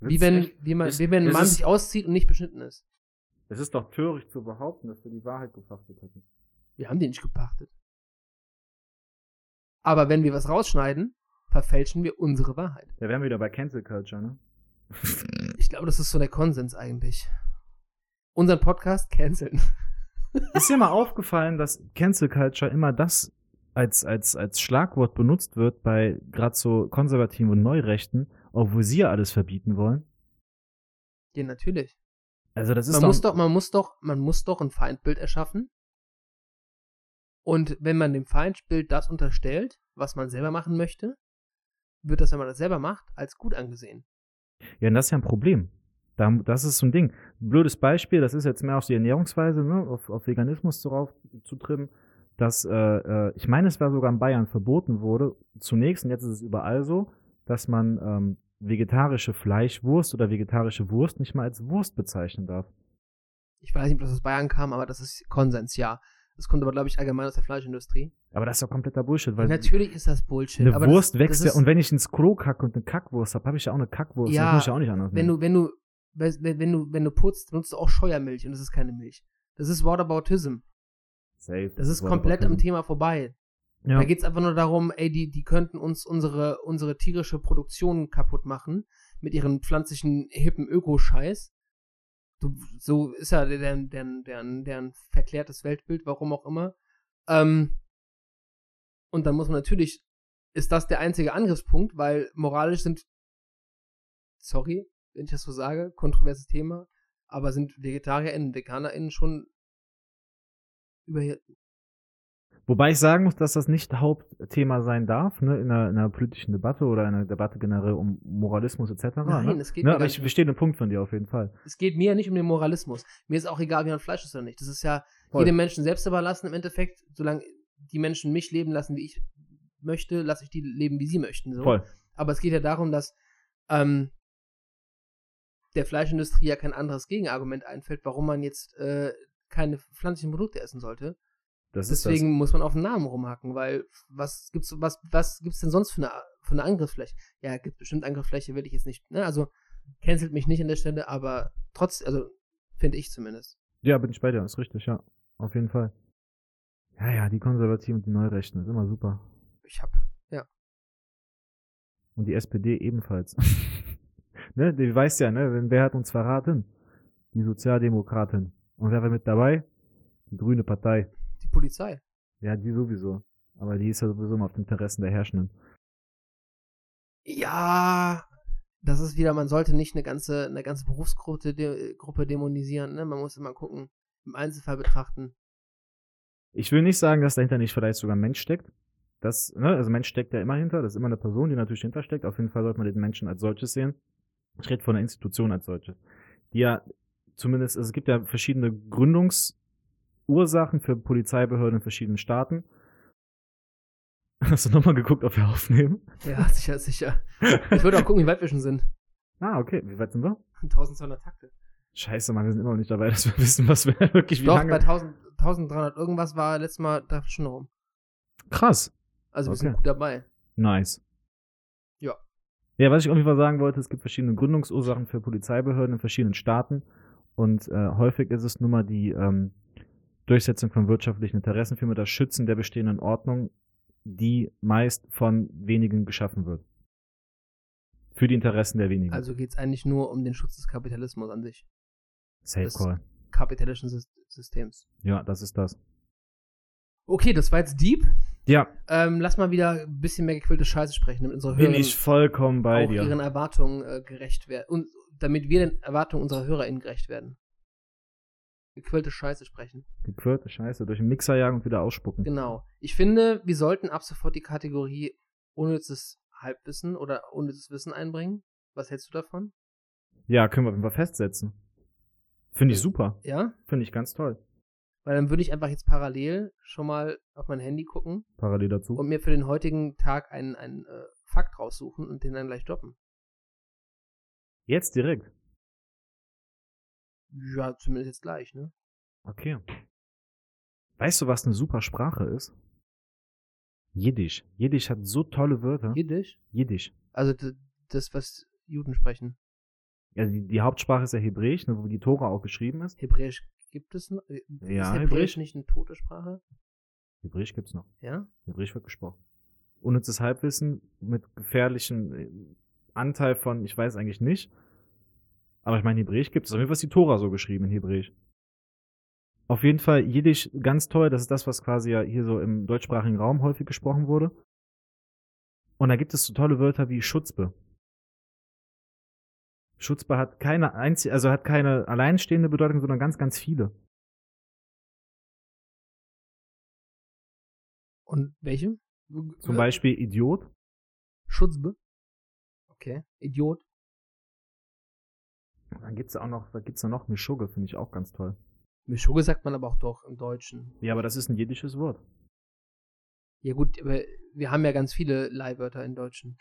Wie wenn, wie, man, Ist- wie wenn ein ist Mann es- sich auszieht und nicht beschnitten ist. Es ist doch töricht zu behaupten, dass wir die Wahrheit gepachtet hätten. Wir haben die nicht gepachtet. Aber wenn wir was rausschneiden, verfälschen wir unsere Wahrheit. Da wären wir wieder bei Cancel Culture, ne? Ich glaube, das ist so der Konsens eigentlich. Unseren Podcast canceln. ist dir mal aufgefallen, dass Cancel Culture immer das als, als, als Schlagwort benutzt wird bei gerade so Konservativen und Neurechten, obwohl sie ja alles verbieten wollen? Ja, natürlich. Also das ist Man doch, muss doch, man muss doch, man muss doch ein Feindbild erschaffen. Und wenn man dem Feindbild das unterstellt, was man selber machen möchte, wird das, wenn man das selber macht, als gut angesehen. Ja, und das ist ja ein Problem. Da, das ist so ein Ding. Blödes Beispiel, das ist jetzt mehr auf die Ernährungsweise, ne, auf, auf Veganismus drauf zu trimmen, dass, äh, äh, ich meine, es war sogar in Bayern verboten wurde, zunächst, und jetzt ist es überall so, dass man ähm, vegetarische Fleischwurst oder vegetarische Wurst nicht mal als Wurst bezeichnen darf. Ich weiß nicht, ob das aus Bayern kam, aber das ist Konsens, ja. Das kommt aber, glaube ich, allgemein aus der Fleischindustrie. Aber das ist doch kompletter Bullshit, weil Natürlich ist das Bullshit. eine aber Wurst das, wächst das ja, ist, und wenn ich ins Klo kacke und eine Kackwurst habe, habe ich ja auch eine Kackwurst. Ja, das muss ich ja auch nicht anders wenn nennen. du, wenn du, weißt- wenn wenn du, wenn du putzt, benutzt du auch Scheuermilch und das ist keine Milch. Das ist Whataboutism. Safe. Das ist war komplett aber- am Thema vorbei. Ja. Da geht's einfach nur darum, ey, die, die könnten uns unsere, unsere tierische Produktion kaputt machen mit ihren pflanzlichen hippen Ökoscheiß. Du, so ist ja deren, deren, deren, deren verklärtes Weltbild, warum auch immer. Ähm, und dann muss man natürlich, ist das der einzige Angriffspunkt, weil moralisch sind, sorry, wenn ich das so sage, kontroverses Thema, aber sind VegetarierInnen, VeganerInnen schon über, Wobei ich sagen muss, dass das nicht Hauptthema sein darf, ne, in einer, in einer politischen Debatte oder in einer Debatte generell um Moralismus etc. Nein, ne? es geht ne, mir aber gar ich nicht- verstehe den Punkt von dir auf jeden Fall. es geht mir ja nicht um den Moralismus. Mir ist auch egal, wie man Fleisch isst oder nicht. Das ist ja Voll. jedem Menschen selbst überlassen im Endeffekt. Solange die Menschen mich leben lassen, wie ich möchte, lasse ich die leben, wie sie möchten. So. Voll. Aber es geht ja darum, dass ähm, der Fleischindustrie ja kein anderes Gegenargument einfällt, warum man jetzt äh, keine pflanzlichen Produkte essen sollte. Das Deswegen ist muss man auf den Namen rumhacken, weil was gibt's, was, was gibt's denn sonst für eine, für eine Angriffsfläche? Ja, gibt bestimmt Angriffsfläche, will ich jetzt nicht, ne? Also, cancelt mich nicht an der Stelle, aber trotz, also, finde ich zumindest. das. Ja, bin ich bei dir, ist richtig, ja. Auf jeden Fall. Ja, ja, die Konservativen und die Neurechten, ist immer super. Ich hab, Und die SPD ebenfalls. ne, du weißt ja, ne, wenn- wer hat uns verraten? Die Sozialdemokraten. Und wer war mit dabei? Die Grüne Partei. die Polizei. Ja, die sowieso. Aber die ist ja sowieso immer auf den Interessen der Herrschenden. Ja, das ist wieder, man sollte nicht eine ganze, eine ganze Berufsgruppe de, Gruppe dämonisieren, ne? Man muss immer gucken, im Einzelfall betrachten. Ich will nicht sagen, dass dahinter nicht vielleicht sogar ein Mensch steckt. Das, ne, also Mensch steckt ja immer hinter, das ist immer eine Person, die natürlich hinter steckt. Auf jeden Fall sollte man den Menschen als solches sehen. Ich rede von der Institution als solches. Die ja zumindest, also es gibt ja verschiedene Gründungsursachen für Polizeibehörden in verschiedenen Staaten. Hast du nochmal geguckt, ob wir aufnehmen? Ja, sicher, sicher. Ich würde auch gucken, wie weit wir schon sind. Ah, okay. Wie weit sind wir? 1200 Takte. Scheiße, Mann, wir sind immer noch nicht dabei, dass wir wissen, was wir wirklich wie Doch, bei lange. 1000, 1300 irgendwas war letztes Mal da schon rum. Krass. Also wir Okay. sind gut dabei. Nice. Ja. Ja, was ich auf jeden Fall sagen wollte, es gibt verschiedene Gründungsursachen für Polizeibehörden in verschiedenen Staaten und äh, häufig ist es nun mal die ähm, Durchsetzung von wirtschaftlichen Interessen, vielmehr das Schützen der bestehenden Ordnung, die meist von wenigen geschaffen wird. Für die Interessen der wenigen. Also geht es eigentlich nur um den Schutz des Kapitalismus an sich, Safe das- Call. kapitalistischen Sys- Systems. Ja, das ist das. Okay, das war jetzt deep. Ja, Ähm, lass mal wieder ein bisschen mehr gequälte Scheiße sprechen, damit unsere bin Hörer ich vollkommen bei auch ihren dir. Erwartungen äh, gerecht werden. Und damit wir den Erwartungen unserer HörerInnen gerecht werden. Gequälte Scheiße sprechen. Gequirlte Scheiße, durch den Mixer jagen und wieder ausspucken. Genau. Ich finde, wir sollten ab sofort die Kategorie unnützes Halbwissen oder unnützes Wissen einbringen. Was hältst du davon? Ja, können wir auf jeden Fall festsetzen. Finde ich super. Ja? Finde ich ganz toll. Weil dann würde ich einfach jetzt parallel schon mal auf mein Handy gucken Parallel dazu. und mir für den heutigen Tag einen, einen äh, Fakt raussuchen und den dann gleich droppen. Jetzt direkt. Ja, zumindest jetzt gleich, ne? Okay. Weißt du, was eine super Sprache ist? Jiddisch. Jiddisch hat so tolle Wörter. Jiddisch? Jiddisch. Also d- das, was Juden sprechen. Also die, die Hauptsprache ist ja Hebräisch, ne, wo die Tora auch geschrieben ist. Hebräisch gibt es noch? Ist Ja, Hebräisch, Hebräisch. nicht eine tote Sprache? Hebräisch gibt's noch. Ja? Hebräisch wird gesprochen. Unnützes Halbwissen mit gefährlichem äh, Anteil von, ich weiß eigentlich nicht. Aber ich meine, Hebräisch gibt es. Auf jeden Fall ist die Tora so geschrieben in Hebräisch. Auf jeden Fall Jiddisch ganz toll. Das ist das, was quasi ja hier so im deutschsprachigen Raum häufig gesprochen wurde. Und da gibt es so tolle Wörter wie Schutzbe. Schutzbe hat keine einzige, also hat keine alleinstehende Bedeutung, sondern ganz, ganz viele. Und welche? Zum Beispiel Idiot. Schutzbe. Okay. Idiot. Und dann gibt's auch noch, was gibt's da noch? Mischugge finde ich auch ganz toll. Mischugge sagt man aber auch doch im Deutschen. Ja, aber das ist ein jiddisches Wort. Ja gut, aber wir haben ja ganz viele Leihwörter im Deutschen.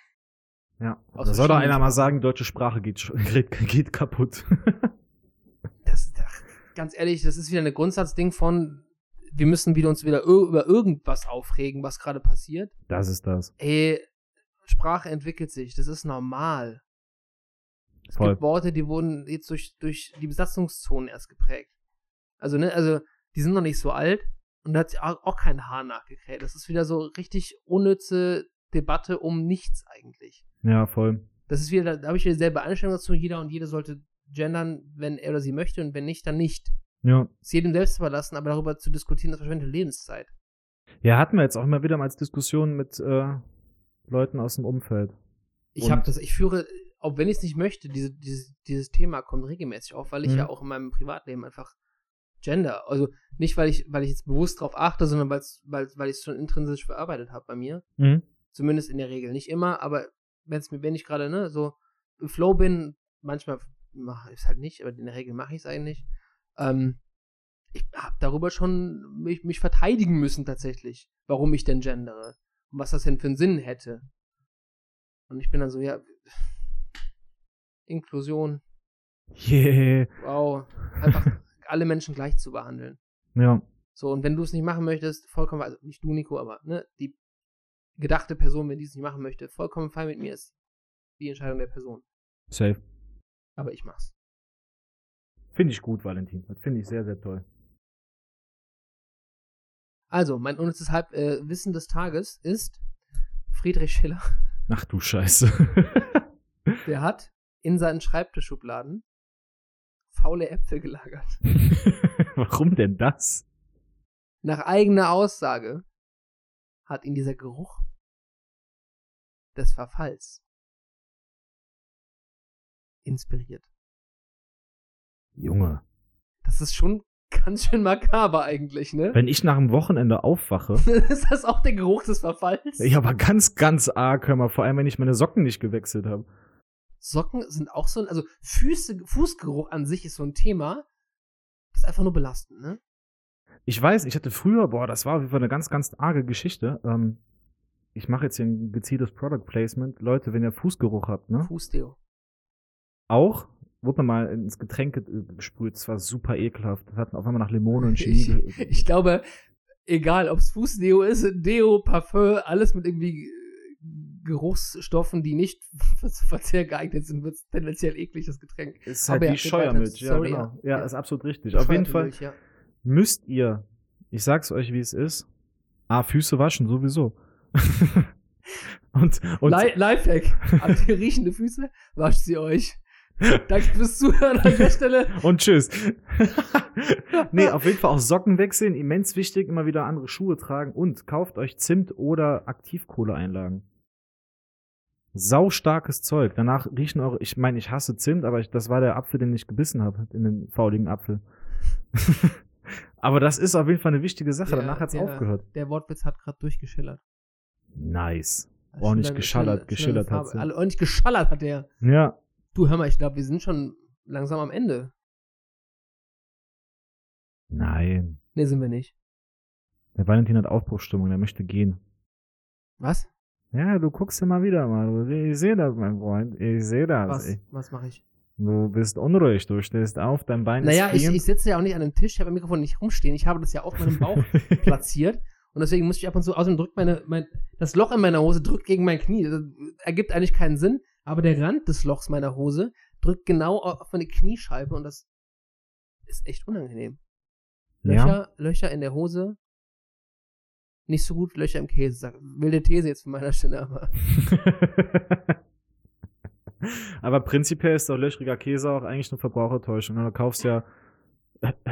Ja. Aus da soll doch verschiedenen einer mal sagen, deutsche Sprache geht, sch- geht, geht kaputt. Das, ach, ganz ehrlich, das ist wieder ein Grundsatzding von, wir müssen wieder uns wieder ir- über irgendwas aufregen, was gerade passiert. das ist das. Ey, Sprache entwickelt sich, das ist normal. Es Voll. gibt Worte, die wurden jetzt durch, durch die Besatzungszonen erst geprägt. Also, ne, also, die sind noch nicht so alt und da hat sich auch, auch kein Haar nachgekräht. Das ist wieder so richtig unnütze Debatte um nichts eigentlich. Ja, voll. Das ist wieder, da habe ich wieder selber Einstellung dazu. Jeder und jede sollte gendern, wenn er oder sie möchte und wenn nicht, dann nicht. Ja. Ist jedem selbst überlassen, aber darüber zu diskutieren, das verschwendete Lebenszeit. Ja, hatten wir jetzt auch immer wieder mal als Diskussion mit äh, Leuten aus dem Umfeld. Ich Und- habe das, ich führe, auch wenn ich es nicht möchte, diese, dieses, dieses Thema kommt regelmäßig auf, weil ich Mhm. ja auch in meinem Privatleben einfach Gender, also nicht, weil ich, weil ich jetzt bewusst drauf achte, sondern weil's, weil, weil ich es schon intrinsisch verarbeitet habe bei mir. Mhm. Zumindest in der Regel. Nicht immer, aber wenn's mir, wenn ich gerade, ne, so im Flow bin, manchmal mache ich es halt nicht, aber in der Regel mache ich es eigentlich. Ähm, ich habe darüber schon mich, mich verteidigen müssen tatsächlich, warum ich denn gendere und was das denn für einen Sinn hätte. Und ich bin dann so, ja, Inklusion, Yeah. wow, einfach alle Menschen gleich zu behandeln. Ja. So, und wenn du es nicht machen möchtest, vollkommen, also nicht du, Nico, aber ne, die gedachte Person, wenn die es nicht machen möchte, vollkommen fein mit mir ist die Entscheidung der Person. Safe. Aber ich mach's. Finde ich gut, Valentin. Das finde ich sehr, sehr toll. Also, mein unnützes Halb äh, Wissen des Tages ist Friedrich Schiller. Ach du Scheiße. Der hat in seinen Schreibtischschubladen faule Äpfel gelagert. Warum denn das? Nach eigener Aussage hat ihn dieser Geruch des Verfalls inspiriert. Junge. Das ist schon ganz schön makaber eigentlich, ne? Wenn ich nach dem Wochenende aufwache, ist das auch der Geruch des Verfalls? ich aber ganz, ganz arg, hör mal, vor allem, wenn ich meine Socken nicht gewechselt habe. Socken sind auch so ein, also Füße, Fußgeruch an sich ist so ein Thema, das ist einfach nur belastend, ne? Ich weiß, ich hatte früher, boah, das war auf jeden Fall eine ganz, ganz arge Geschichte. Ähm, ich mache jetzt hier ein gezieltes Product Placement. Leute, wenn ihr Fußgeruch habt, ne? Fußdeo. Auch wurde mir mal ins Getränk ge- gesprüht. Es war super ekelhaft. Das hat auf einmal nach Limone und Chemie. Ich, ge- ich glaube, egal ob es Fußdeo ist, Deo, Parfum, alles mit irgendwie äh, Geruchsstoffen, die nicht zu Verzehr geeignet sind, wird es tendenziell eklig, das Getränk. Ist halt Aber ja, wie geht Scheuermilch. weiter. Ja, Sorry, genau. ja. Ja, Ja. ist absolut richtig. Auf jeden Fall Scheuermilch, Ja. müsst ihr, ich sag's euch, wie es ist, ah, Füße waschen, sowieso. und, und Li Lifehack. Habt ihr riechende Füße? Wascht sie euch. Danke fürs Zuhören an der Stelle. Und tschüss. nee, auf jeden Fall auch Socken wechseln, immens wichtig, immer wieder andere Schuhe tragen und kauft euch Zimt oder Aktivkohleeinlagen. Sau starkes Zeug. Danach riechen eure, ich meine, ich hasse Zimt, aber ich, das war der Apfel, den ich gebissen habe, in den fauligen Apfel. aber das ist auf jeden Fall eine wichtige Sache. Ja, Danach hat's ja. aufgehört. Der Wortwitz hat gerade durchgeschillert. Nice. Ordentlich Schillernde- geschallert, schillernde geschillert Farbe. hat's. ne? Alle- Ordentlich geschallert hat der. Ja, Du, hör mal, ich glaube, wir sind schon langsam am Ende. nein. Nee, sind wir nicht. Der Valentin hat Aufbruchstimmung, der möchte gehen. Was? Ja, du guckst immer wieder mal. Ich sehe das, mein Freund. Ich sehe das. Was? Ich, Was mache ich? du bist unruhig. Du stehst auf, dein Bein Naja, ist ich, frieren. ich sitze ja auch nicht an einem Tisch, ich habe ein Mikrofon nicht rumstehen. Ich habe das ja auf meinem Bauch platziert. Und deswegen muss ich ab und zu, außerdem drückt meine, mein, das Loch in meiner Hose drückt gegen mein Knie. Das ergibt eigentlich keinen Sinn, aber der Rand des Lochs meiner Hose drückt genau auf meine Kniescheibe und das ist echt unangenehm. ja, Löcher, Löcher in der Hose, nicht so gut Löcher im Käse. Sag, wilde These jetzt von meiner Stelle, aber Aber prinzipiell ist doch löchriger Käse auch eigentlich eine Verbrauchertäuschung. Du kaufst ja,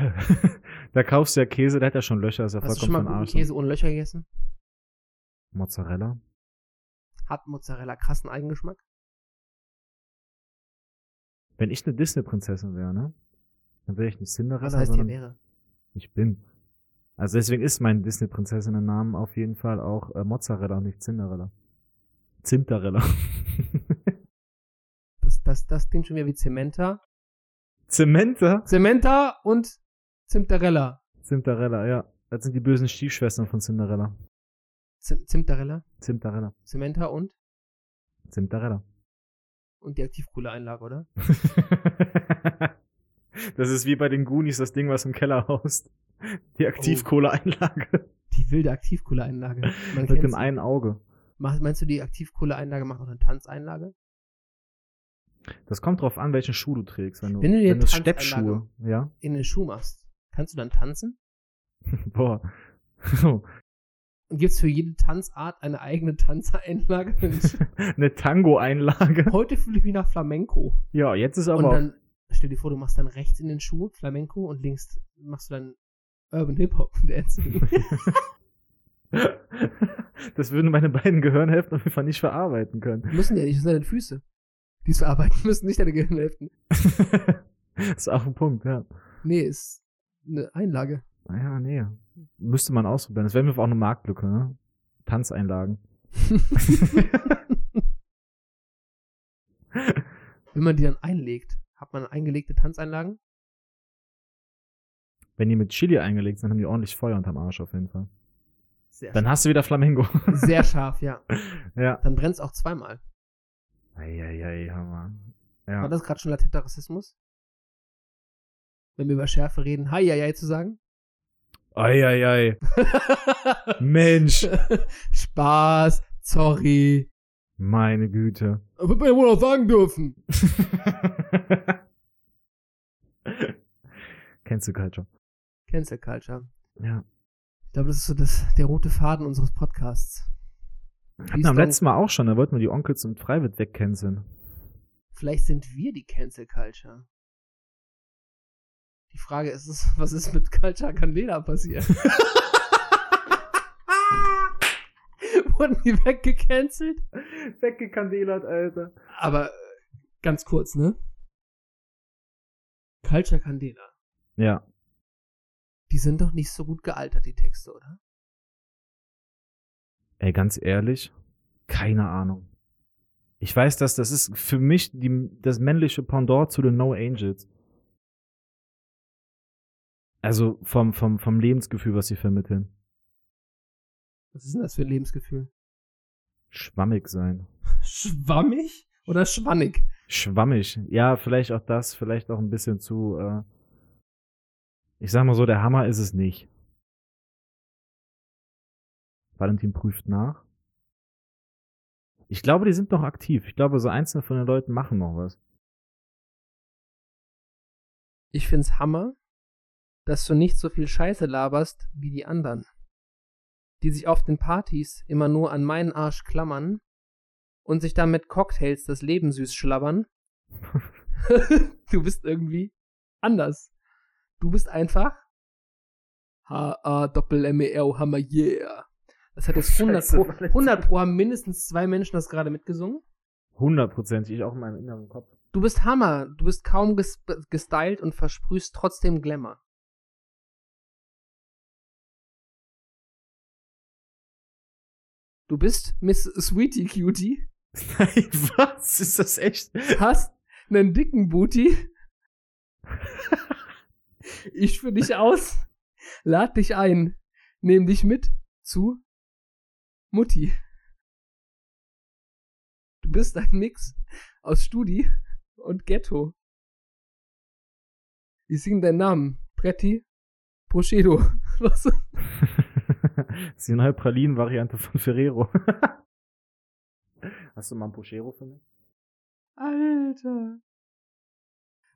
da kaufst du ja Käse, der hat ja schon Löcher, ist ja hast du schon vollkommen mal guten von Arsch. ne? Käse ohne Löcher gegessen? Mozzarella? Hat Mozzarella krassen Eigengeschmack? Wenn ich eine Disney-Prinzessin wäre, ne? Dann wäre ich nicht Cinderella, Was heißt hier sondern wäre? ich bin. Also deswegen ist mein Disney-Prinzessinnen-Namen auf jeden Fall auch äh, Mozzarella und nicht Cinderella. Zimtarella. Das, das, das klingt schon wieder wie Zementa. Zementa? Zementa und Zimtarella. Zimtarella, ja. Das sind die bösen Stiefschwestern von Cinderella. Zim Zimtarella, Zimtarella. Zementa und Zimtarella. und die Aktivkohleeinlage, oder? das ist wie bei den Goonies das Ding, was im Keller haust. Die Aktivkohleeinlage. Die wilde Aktivkohleeinlage. Man Oh. Mit dem kennt's. einen Auge. Mach- Meinst du, die Aktivkohleeinlage macht auch eine Tanzeinlage? Das kommt drauf an, welchen Schuh du trägst. Wenn du, Wenn du dir wenn du Tanzeinlage- Steppschuhe. Ja. In den Schuh machst. Kannst du dann tanzen? Boah. Und gibt's für jede Tanzart eine eigene Tanzeinlage? Eine Tango-Einlage. Heute fühle ich mich nach Flamenco. Ja, jetzt ist und aber. dann, stell dir vor, du machst dann rechts in den Schuh Flamenco und links machst du dann Urban Hip-Hop Dancing. das würden meine beiden Gehirnhälften auf jeden Fall nicht verarbeiten können. müssen ja nicht, das sind ja deine Füße. Die es verarbeiten müssen, nicht deine Gehirnhälften. ist auch ein Punkt, ja. Nee, ist eine Einlage. Naja, nee. Müsste man ausprobieren. Das wäre mir auch eine Marktlücke, ne? Tanzeinlagen. Wenn man die dann einlegt, hat man eingelegte Tanzeinlagen? Wenn die mit Chili eingelegt sind, haben die ordentlich Feuer unterm Arsch auf jeden Fall. Sehr Dann hast du wieder Flamengo. scharf. Sehr scharf, ja. ja. Dann brennt's auch zweimal. Eieiei, Hammer. War Ja. das gerade schon latenter Rassismus? Wenn wir über Schärfe reden, hi, ja, ja, zu sagen? Eieiei. Mensch. Spaß, sorry. Meine Güte. Äh, Wird man ja wohl auch sagen dürfen. Kennst du Culture? Cancel Culture. Ja. Ich glaube, das ist so das, der rote Faden unseres Podcasts. Hatten wir am letzten Mal auch schon, da wollten wir die Onkels und Freiwitt wegcanceln. Vielleicht sind wir die Cancel Culture. Die Frage ist, es, was ist mit Culture Candela passiert? Wurden die weggecancelt? Weggekandelert, Alter. Aber äh, ganz kurz, ne? Culture Candela. Ja. Die sind doch nicht so gut gealtert, die Texte, oder? Ey, ganz ehrlich, keine Ahnung. Ich weiß, dass das ist für mich die, das männliche Pendant zu den No Angels. Also vom, vom, vom Lebensgefühl, was sie vermitteln. Was ist denn das für ein Lebensgefühl? Schwammig sein. Schwammig oder schwannig? Schwammig. Ja, vielleicht auch das, vielleicht auch ein bisschen zu. Äh, ich sag mal so, der Hammer ist es nicht. Valentin prüft nach. Ich glaube, die sind noch aktiv. Ich glaube, so einzelne von den Leuten machen noch was. Ich find's Hammer, dass du nicht so viel Scheiße laberst wie die anderen, die sich auf den Partys immer nur an meinen Arsch klammern und sich dann mit Cocktails das Leben süß schlabbern. du bist irgendwie anders. Du bist einfach H-A-Doppel-M-E-R-O, E Hammer, yeah. Das hat jetzt 100 pro, 100 pro haben mindestens zwei Menschen das gerade mitgesungen. Hundertprozentig, ich auch in meinem inneren Kopf. Du bist Hammer. Du bist kaum ges gestylt und versprühst trotzdem Glamour. Du bist Miss Sweetie Cutie, Nein, was? Ist das echt? hast nen dicken Booty. Ich für dich aus, lad dich ein, nehm dich mit zu Mutti. Du bist ein Mix aus Studi und Ghetto. Ich sing deinen Namen, Pretti Proschedo. Was? Das ist die neue Pralinen-Variante von Ferrero. Hast du mal ein Pochero für mich? Alter.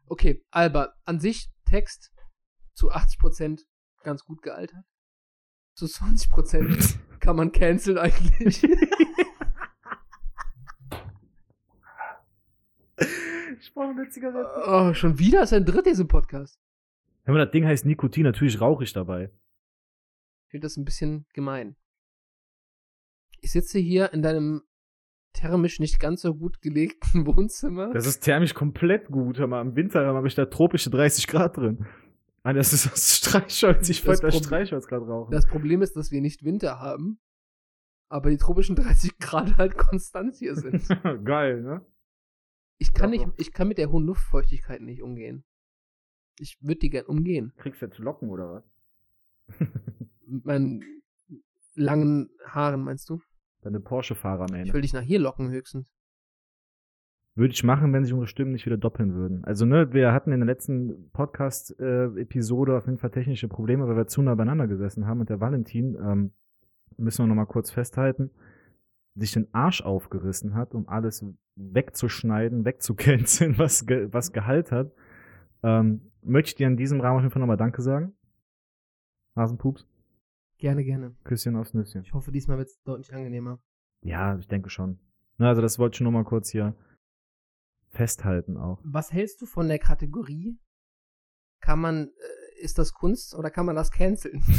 Okay, Alba, an sich Text zu 80% ganz gut gealtert. Zu 20% kann man canceln eigentlich. Ich brauche eine Zigarette. oh, schon wieder ist ein Dritt diesem Podcast. Wenn man das Ding heißt Nikotin, natürlich rauche ich dabei. Ich finde das ein bisschen gemein. Ich sitze hier in deinem thermisch nicht ganz so gut gelegten Wohnzimmer. Das ist thermisch komplett gut. Hör mal, im Winter habe ich da tropische 30 Grad drin. Ah, das ist das Streichholz. Ich Das wollte das Problem- Streichholz gerade rauchen. Das Problem ist, dass wir nicht Winter haben, aber die tropischen 30 Grad halt konstant hier sind. Geil, ne? Ich kann Ja, nicht, doch. ich kann mit der hohen Luftfeuchtigkeit nicht umgehen. Ich würde die gern umgehen. Kriegst du jetzt Locken oder was? Mit meinen langen Haaren, meinst du? Deine Porsche-Fahrer-Mähne. Ich will dich nach hier locken höchstens. Würde ich machen, wenn sich unsere Stimmen nicht wieder doppeln würden. Also, ne, wir hatten in der letzten Podcast-Episode auf jeden Fall technische Probleme, weil wir zu nah beieinander gesessen haben und der Valentin, ähm, müssen wir nochmal kurz festhalten, sich den Arsch aufgerissen hat, um alles wegzuschneiden, wegzucanceln, was, ge was Gehalt hat. Ähm, möchte ich dir in diesem Rahmen auf jeden Fall nochmal Danke sagen. Hasenpups, Gerne, gerne. Küsschen aufs Nüsschen. Ich hoffe, diesmal wird es deutlich angenehmer. Ja, ich denke schon. Na, also, das wollte ich nur mal kurz hier festhalten auch. Was hältst du von der Kategorie? Kann man, äh, ist das Kunst oder kann man das canceln?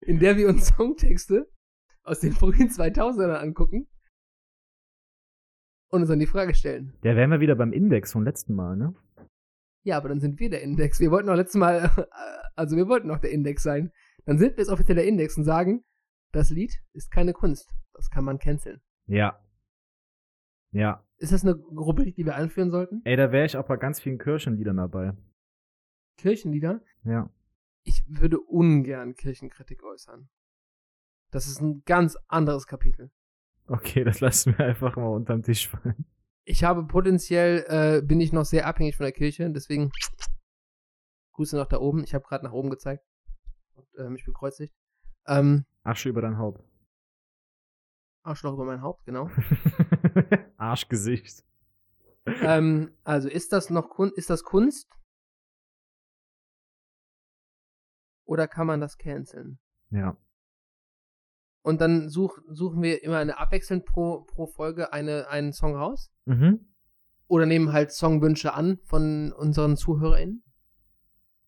In der wir uns Songtexte aus den frühen 2000ern angucken und uns dann die Frage stellen. Ja, wären wir wieder beim Index vom letzten Mal, ne? Ja, aber dann sind wir der Index. Wir wollten auch letztes Mal, äh, also wir wollten auch der Index sein. Dann sind wir jetzt offiziell der Index und sagen, das Lied ist keine Kunst. Das kann man canceln. Ja. Ja. Ist das eine Rubrik, die wir einführen sollten? Ey, da wäre ich auch bei ganz vielen Kirchenliedern dabei. Kirchenlieder? Ja. Ich würde ungern Kirchenkritik äußern. Das ist ein ganz anderes Kapitel. Okay, das lassen wir einfach mal unterm Tisch fallen. Ich habe potenziell, äh, bin ich noch sehr abhängig von der Kirche, deswegen Grüße nach da oben. Ich habe gerade nach oben gezeigt und äh, mich bekreuzigt. Ähm, Asche über dein Haupt. Arschloch über mein Haupt, genau. Arschgesicht. ähm, also ist das noch Kun ist das Kunst? Oder kann man das canceln? Ja. Und dann such, suchen wir immer eine abwechselnd pro, pro Folge eine, einen Song raus. Mhm. Oder nehmen halt Songwünsche an von unseren ZuhörerInnen.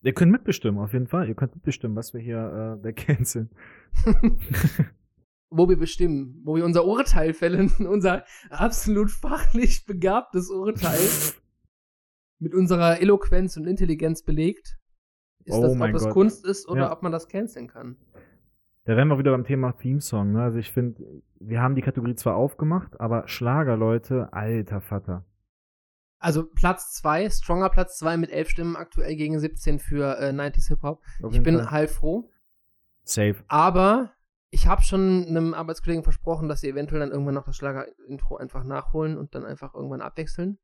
Ihr könnt mitbestimmen, auf jeden Fall. Ihr könnt mitbestimmen, was wir hier äh, wegcanceln. Wo wir bestimmen, wo wir unser Urteil fällen, unser absolut fachlich begabtes Urteil mit unserer Eloquenz und Intelligenz belegt, ist Oh das, ob mein das Gott. Kunst ist oder Ja. ob man das canceln kann. Da wären wir wieder beim Thema Theme-Song. Ne? Also ich finde, wir haben die Kategorie zwar aufgemacht, aber Schlager, Leute, alter Vater. Also Platz 2, stronger Platz 2 mit 11 Stimmen aktuell gegen 17 für äh, 90s Hip-Hop. Auf Ich jeden bin Fall. halb froh. safe. Aber ich habe schon einem Arbeitskollegen versprochen, dass sie eventuell dann irgendwann noch das Schlager-Intro einfach nachholen und dann einfach irgendwann abwechseln.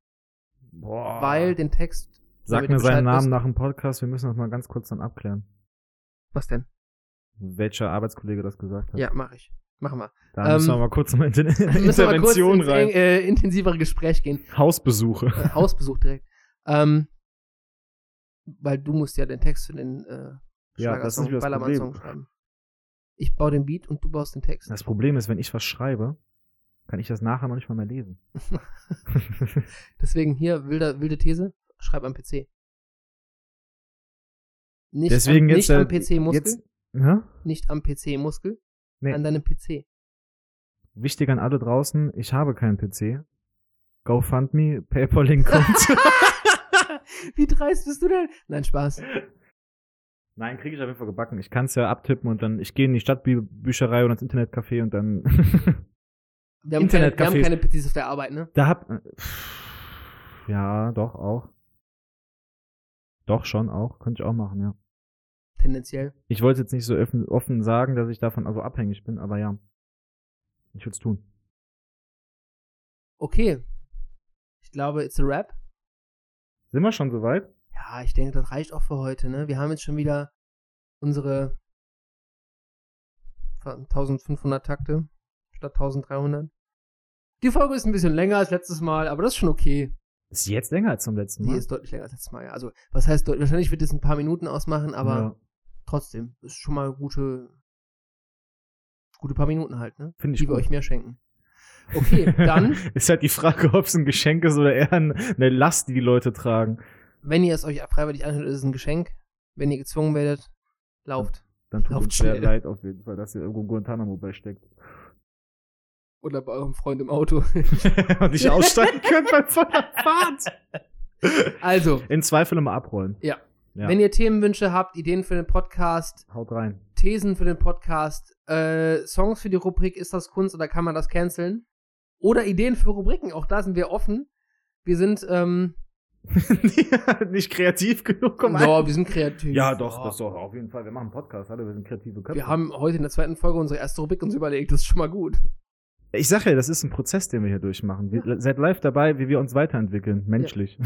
Boah. Weil den Text. Ah. Sag damit ihr mir seinen Bescheid Namen wisst- nach dem Podcast, wir müssen das mal ganz kurz dann abklären. Was denn? welcher Arbeitskollege das gesagt hat. Ja, mache ich. Machen wir. Da müssen wir ähm, mal kurz in Inter Müssen wir mal kurz Intervention ins rein. eng- äh, intensivere Gespräch gehen. Hausbesuche. Äh, Hausbesuch direkt. Ähm, weil du musst ja den Text für den äh, Ja, das ist Schlagersong, wieder das Ballermann-Song Problem. schreiben. Ich baue den Beat und du baust den Text. Das Problem ist, wenn ich was schreibe, kann ich das nachher noch nicht mal mehr lesen. Deswegen hier wilde, wilde These, schreib am PC. Nicht, am, Deswegen jetzt nicht äh, am PC-Muskel, jetzt- ne? Ja? nicht am PC-Muskel, Nee. an deinem PC. Wichtig an alle draußen, ich habe keinen PC. GoFundMe, PayPal-Link kommt. Wie dreist bist du denn? Nein, Spaß. Nein, kriege ich auf jeden Fall gebacken. Ich kann es ja abtippen und dann, ich gehe in die Stadtbücherei und ins Internetcafé und dann. Wir haben, keine, wir Internetcafés. haben keine PCs auf der Arbeit, ne? da hab. äh, Ja, doch, auch. Doch, schon auch. Könnte ich auch machen, ja. Tendenziell. Ich wollte jetzt nicht so offen, offen sagen, dass ich davon also abhängig bin, aber ja. Ich würde es tun. Okay. Ich glaube, it's a wrap. Sind wir schon soweit? Ja, ich denke, das reicht auch für heute, ne? Wir haben jetzt schon wieder unsere 1500 Takte statt 1300. Die Folge ist ein bisschen länger als letztes Mal, aber das ist schon okay. Ist jetzt länger als zum letzten Die Mal. ist deutlich länger als letztes Mal, ja. Also, was heißt deutlich? Wahrscheinlich wird es ein paar Minuten ausmachen, aber ja, trotzdem ist schon mal gute, gute paar Minuten halt, ne? finde ich Die wir gut. euch mehr schenken. Okay, dann, ist halt die Frage, ob es ein Geschenk ist oder eher ein- eine Last, die die Leute tragen. wenn ihr es euch freiwillig anhört, ist es ein Geschenk. Wenn ihr gezwungen werdet, lauft. Dann tut Auf uns sehr schnell. leid auf jeden Fall, dass ihr irgendwo in Guantanamo beisteckt. Oder bei eurem Freund im Auto. Und nicht aussteigen könnt bei voller Fahrt. Also, In Zweifel immer abrollen. Ja. Ja. Wenn ihr Themenwünsche habt, Ideen für den Podcast, Haut rein. Thesen für den Podcast, äh, Songs für die Rubrik Ist das Kunst oder kann man das canceln? Oder Ideen für Rubriken, auch da sind wir offen. Wir sind, ähm, nicht kreativ genug, um komm ja, wir sind kreativ. Ja, doch, das doch, auf jeden Fall. Wir machen einen Podcast, hallo, wir sind kreative Köpfe. Wir haben heute in der zweiten Folge unsere erste Rubrik uns überlegt, das ist schon mal gut. ich sage ja, das ist ein Prozess, den wir hier durchmachen. Wir, Seid live dabei, wie wir uns weiterentwickeln, menschlich.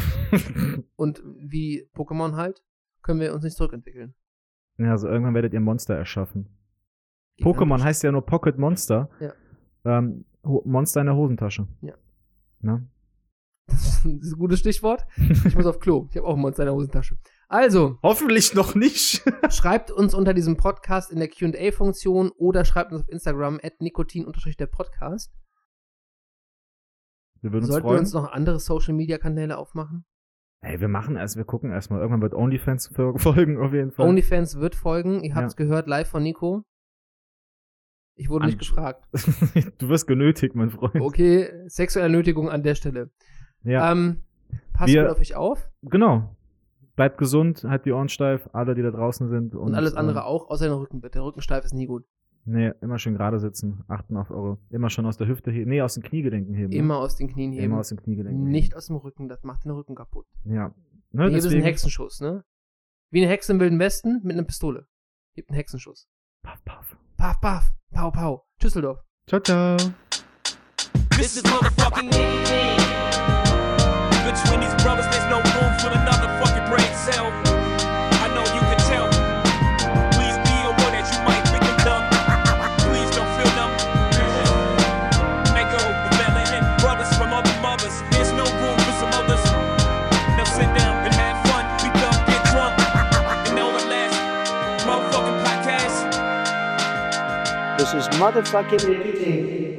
Und wie Pokémon halt, können wir uns nicht zurückentwickeln. Ja, also irgendwann werdet ihr Monster erschaffen. Geht Pokémon anders. heißt ja nur Pocket Monster. Ja. Ähm, Ho- Monster in der Hosentasche. Ja. Ne? Das ist ein gutes Stichwort. Ich muss auf Klo. Ich habe auch ein Monster in der Hosentasche. Also, Hoffentlich noch nicht. Schreibt uns unter diesem Podcast in der QA-Funktion oder schreibt uns auf Instagram at der Podcast. Wir würden uns Sollten wir freuen. uns noch andere Social Media Kanäle aufmachen? Ey, wir machen erst, wir gucken erstmal. Irgendwann wird OnlyFans fol- folgen, auf jeden Fall. OnlyFans wird folgen. Ihr habt es Ja. gehört, live von Nico. Ich wurde nicht An- gefragt. du wirst genötigt, mein Oh. Freund. Okay, sexuelle Nötigung an der Stelle. Ja, Ähm, passt Wir- gut auf euch auf genau. Bleibt gesund, halt die Ohren steif, alle, die da draußen sind. Und, und, alles andere ähm, auch, außer den Rücken bitte. Der Rücken steif ist nie gut. Nee, immer schön gerade sitzen, achten auf eure. Immer schon aus der Hüfte heben. Nee, aus den Kniegelenken heben. ne? Immer aus den Knien heben. Mhm. Immer aus den Kniegelenken nicht aus dem Rücken, das macht den Rücken kaputt. heben. Ja. Ja, Ne, Hier ist ein deswegen- Hexenschuss, ne? Wie eine Hexe im Wilden Westen mit einer Pistole. Gibt einen Hexenschuss. Paff, paff. Paf, paf, pau, pau. Düsseldorf. Ciao, ciao. This is motherfucking Nene. Between these brothers, there's no room for another fucking brain cell. I know you can tell. Please be aware that you might pick a dumb. Please don't feel numb. Echo, melanin, brothers from other mothers. There's no room for some others. Now sit down and have fun. We dumb, get drunk. And know the last motherfucking podcast. This is motherfucking everything.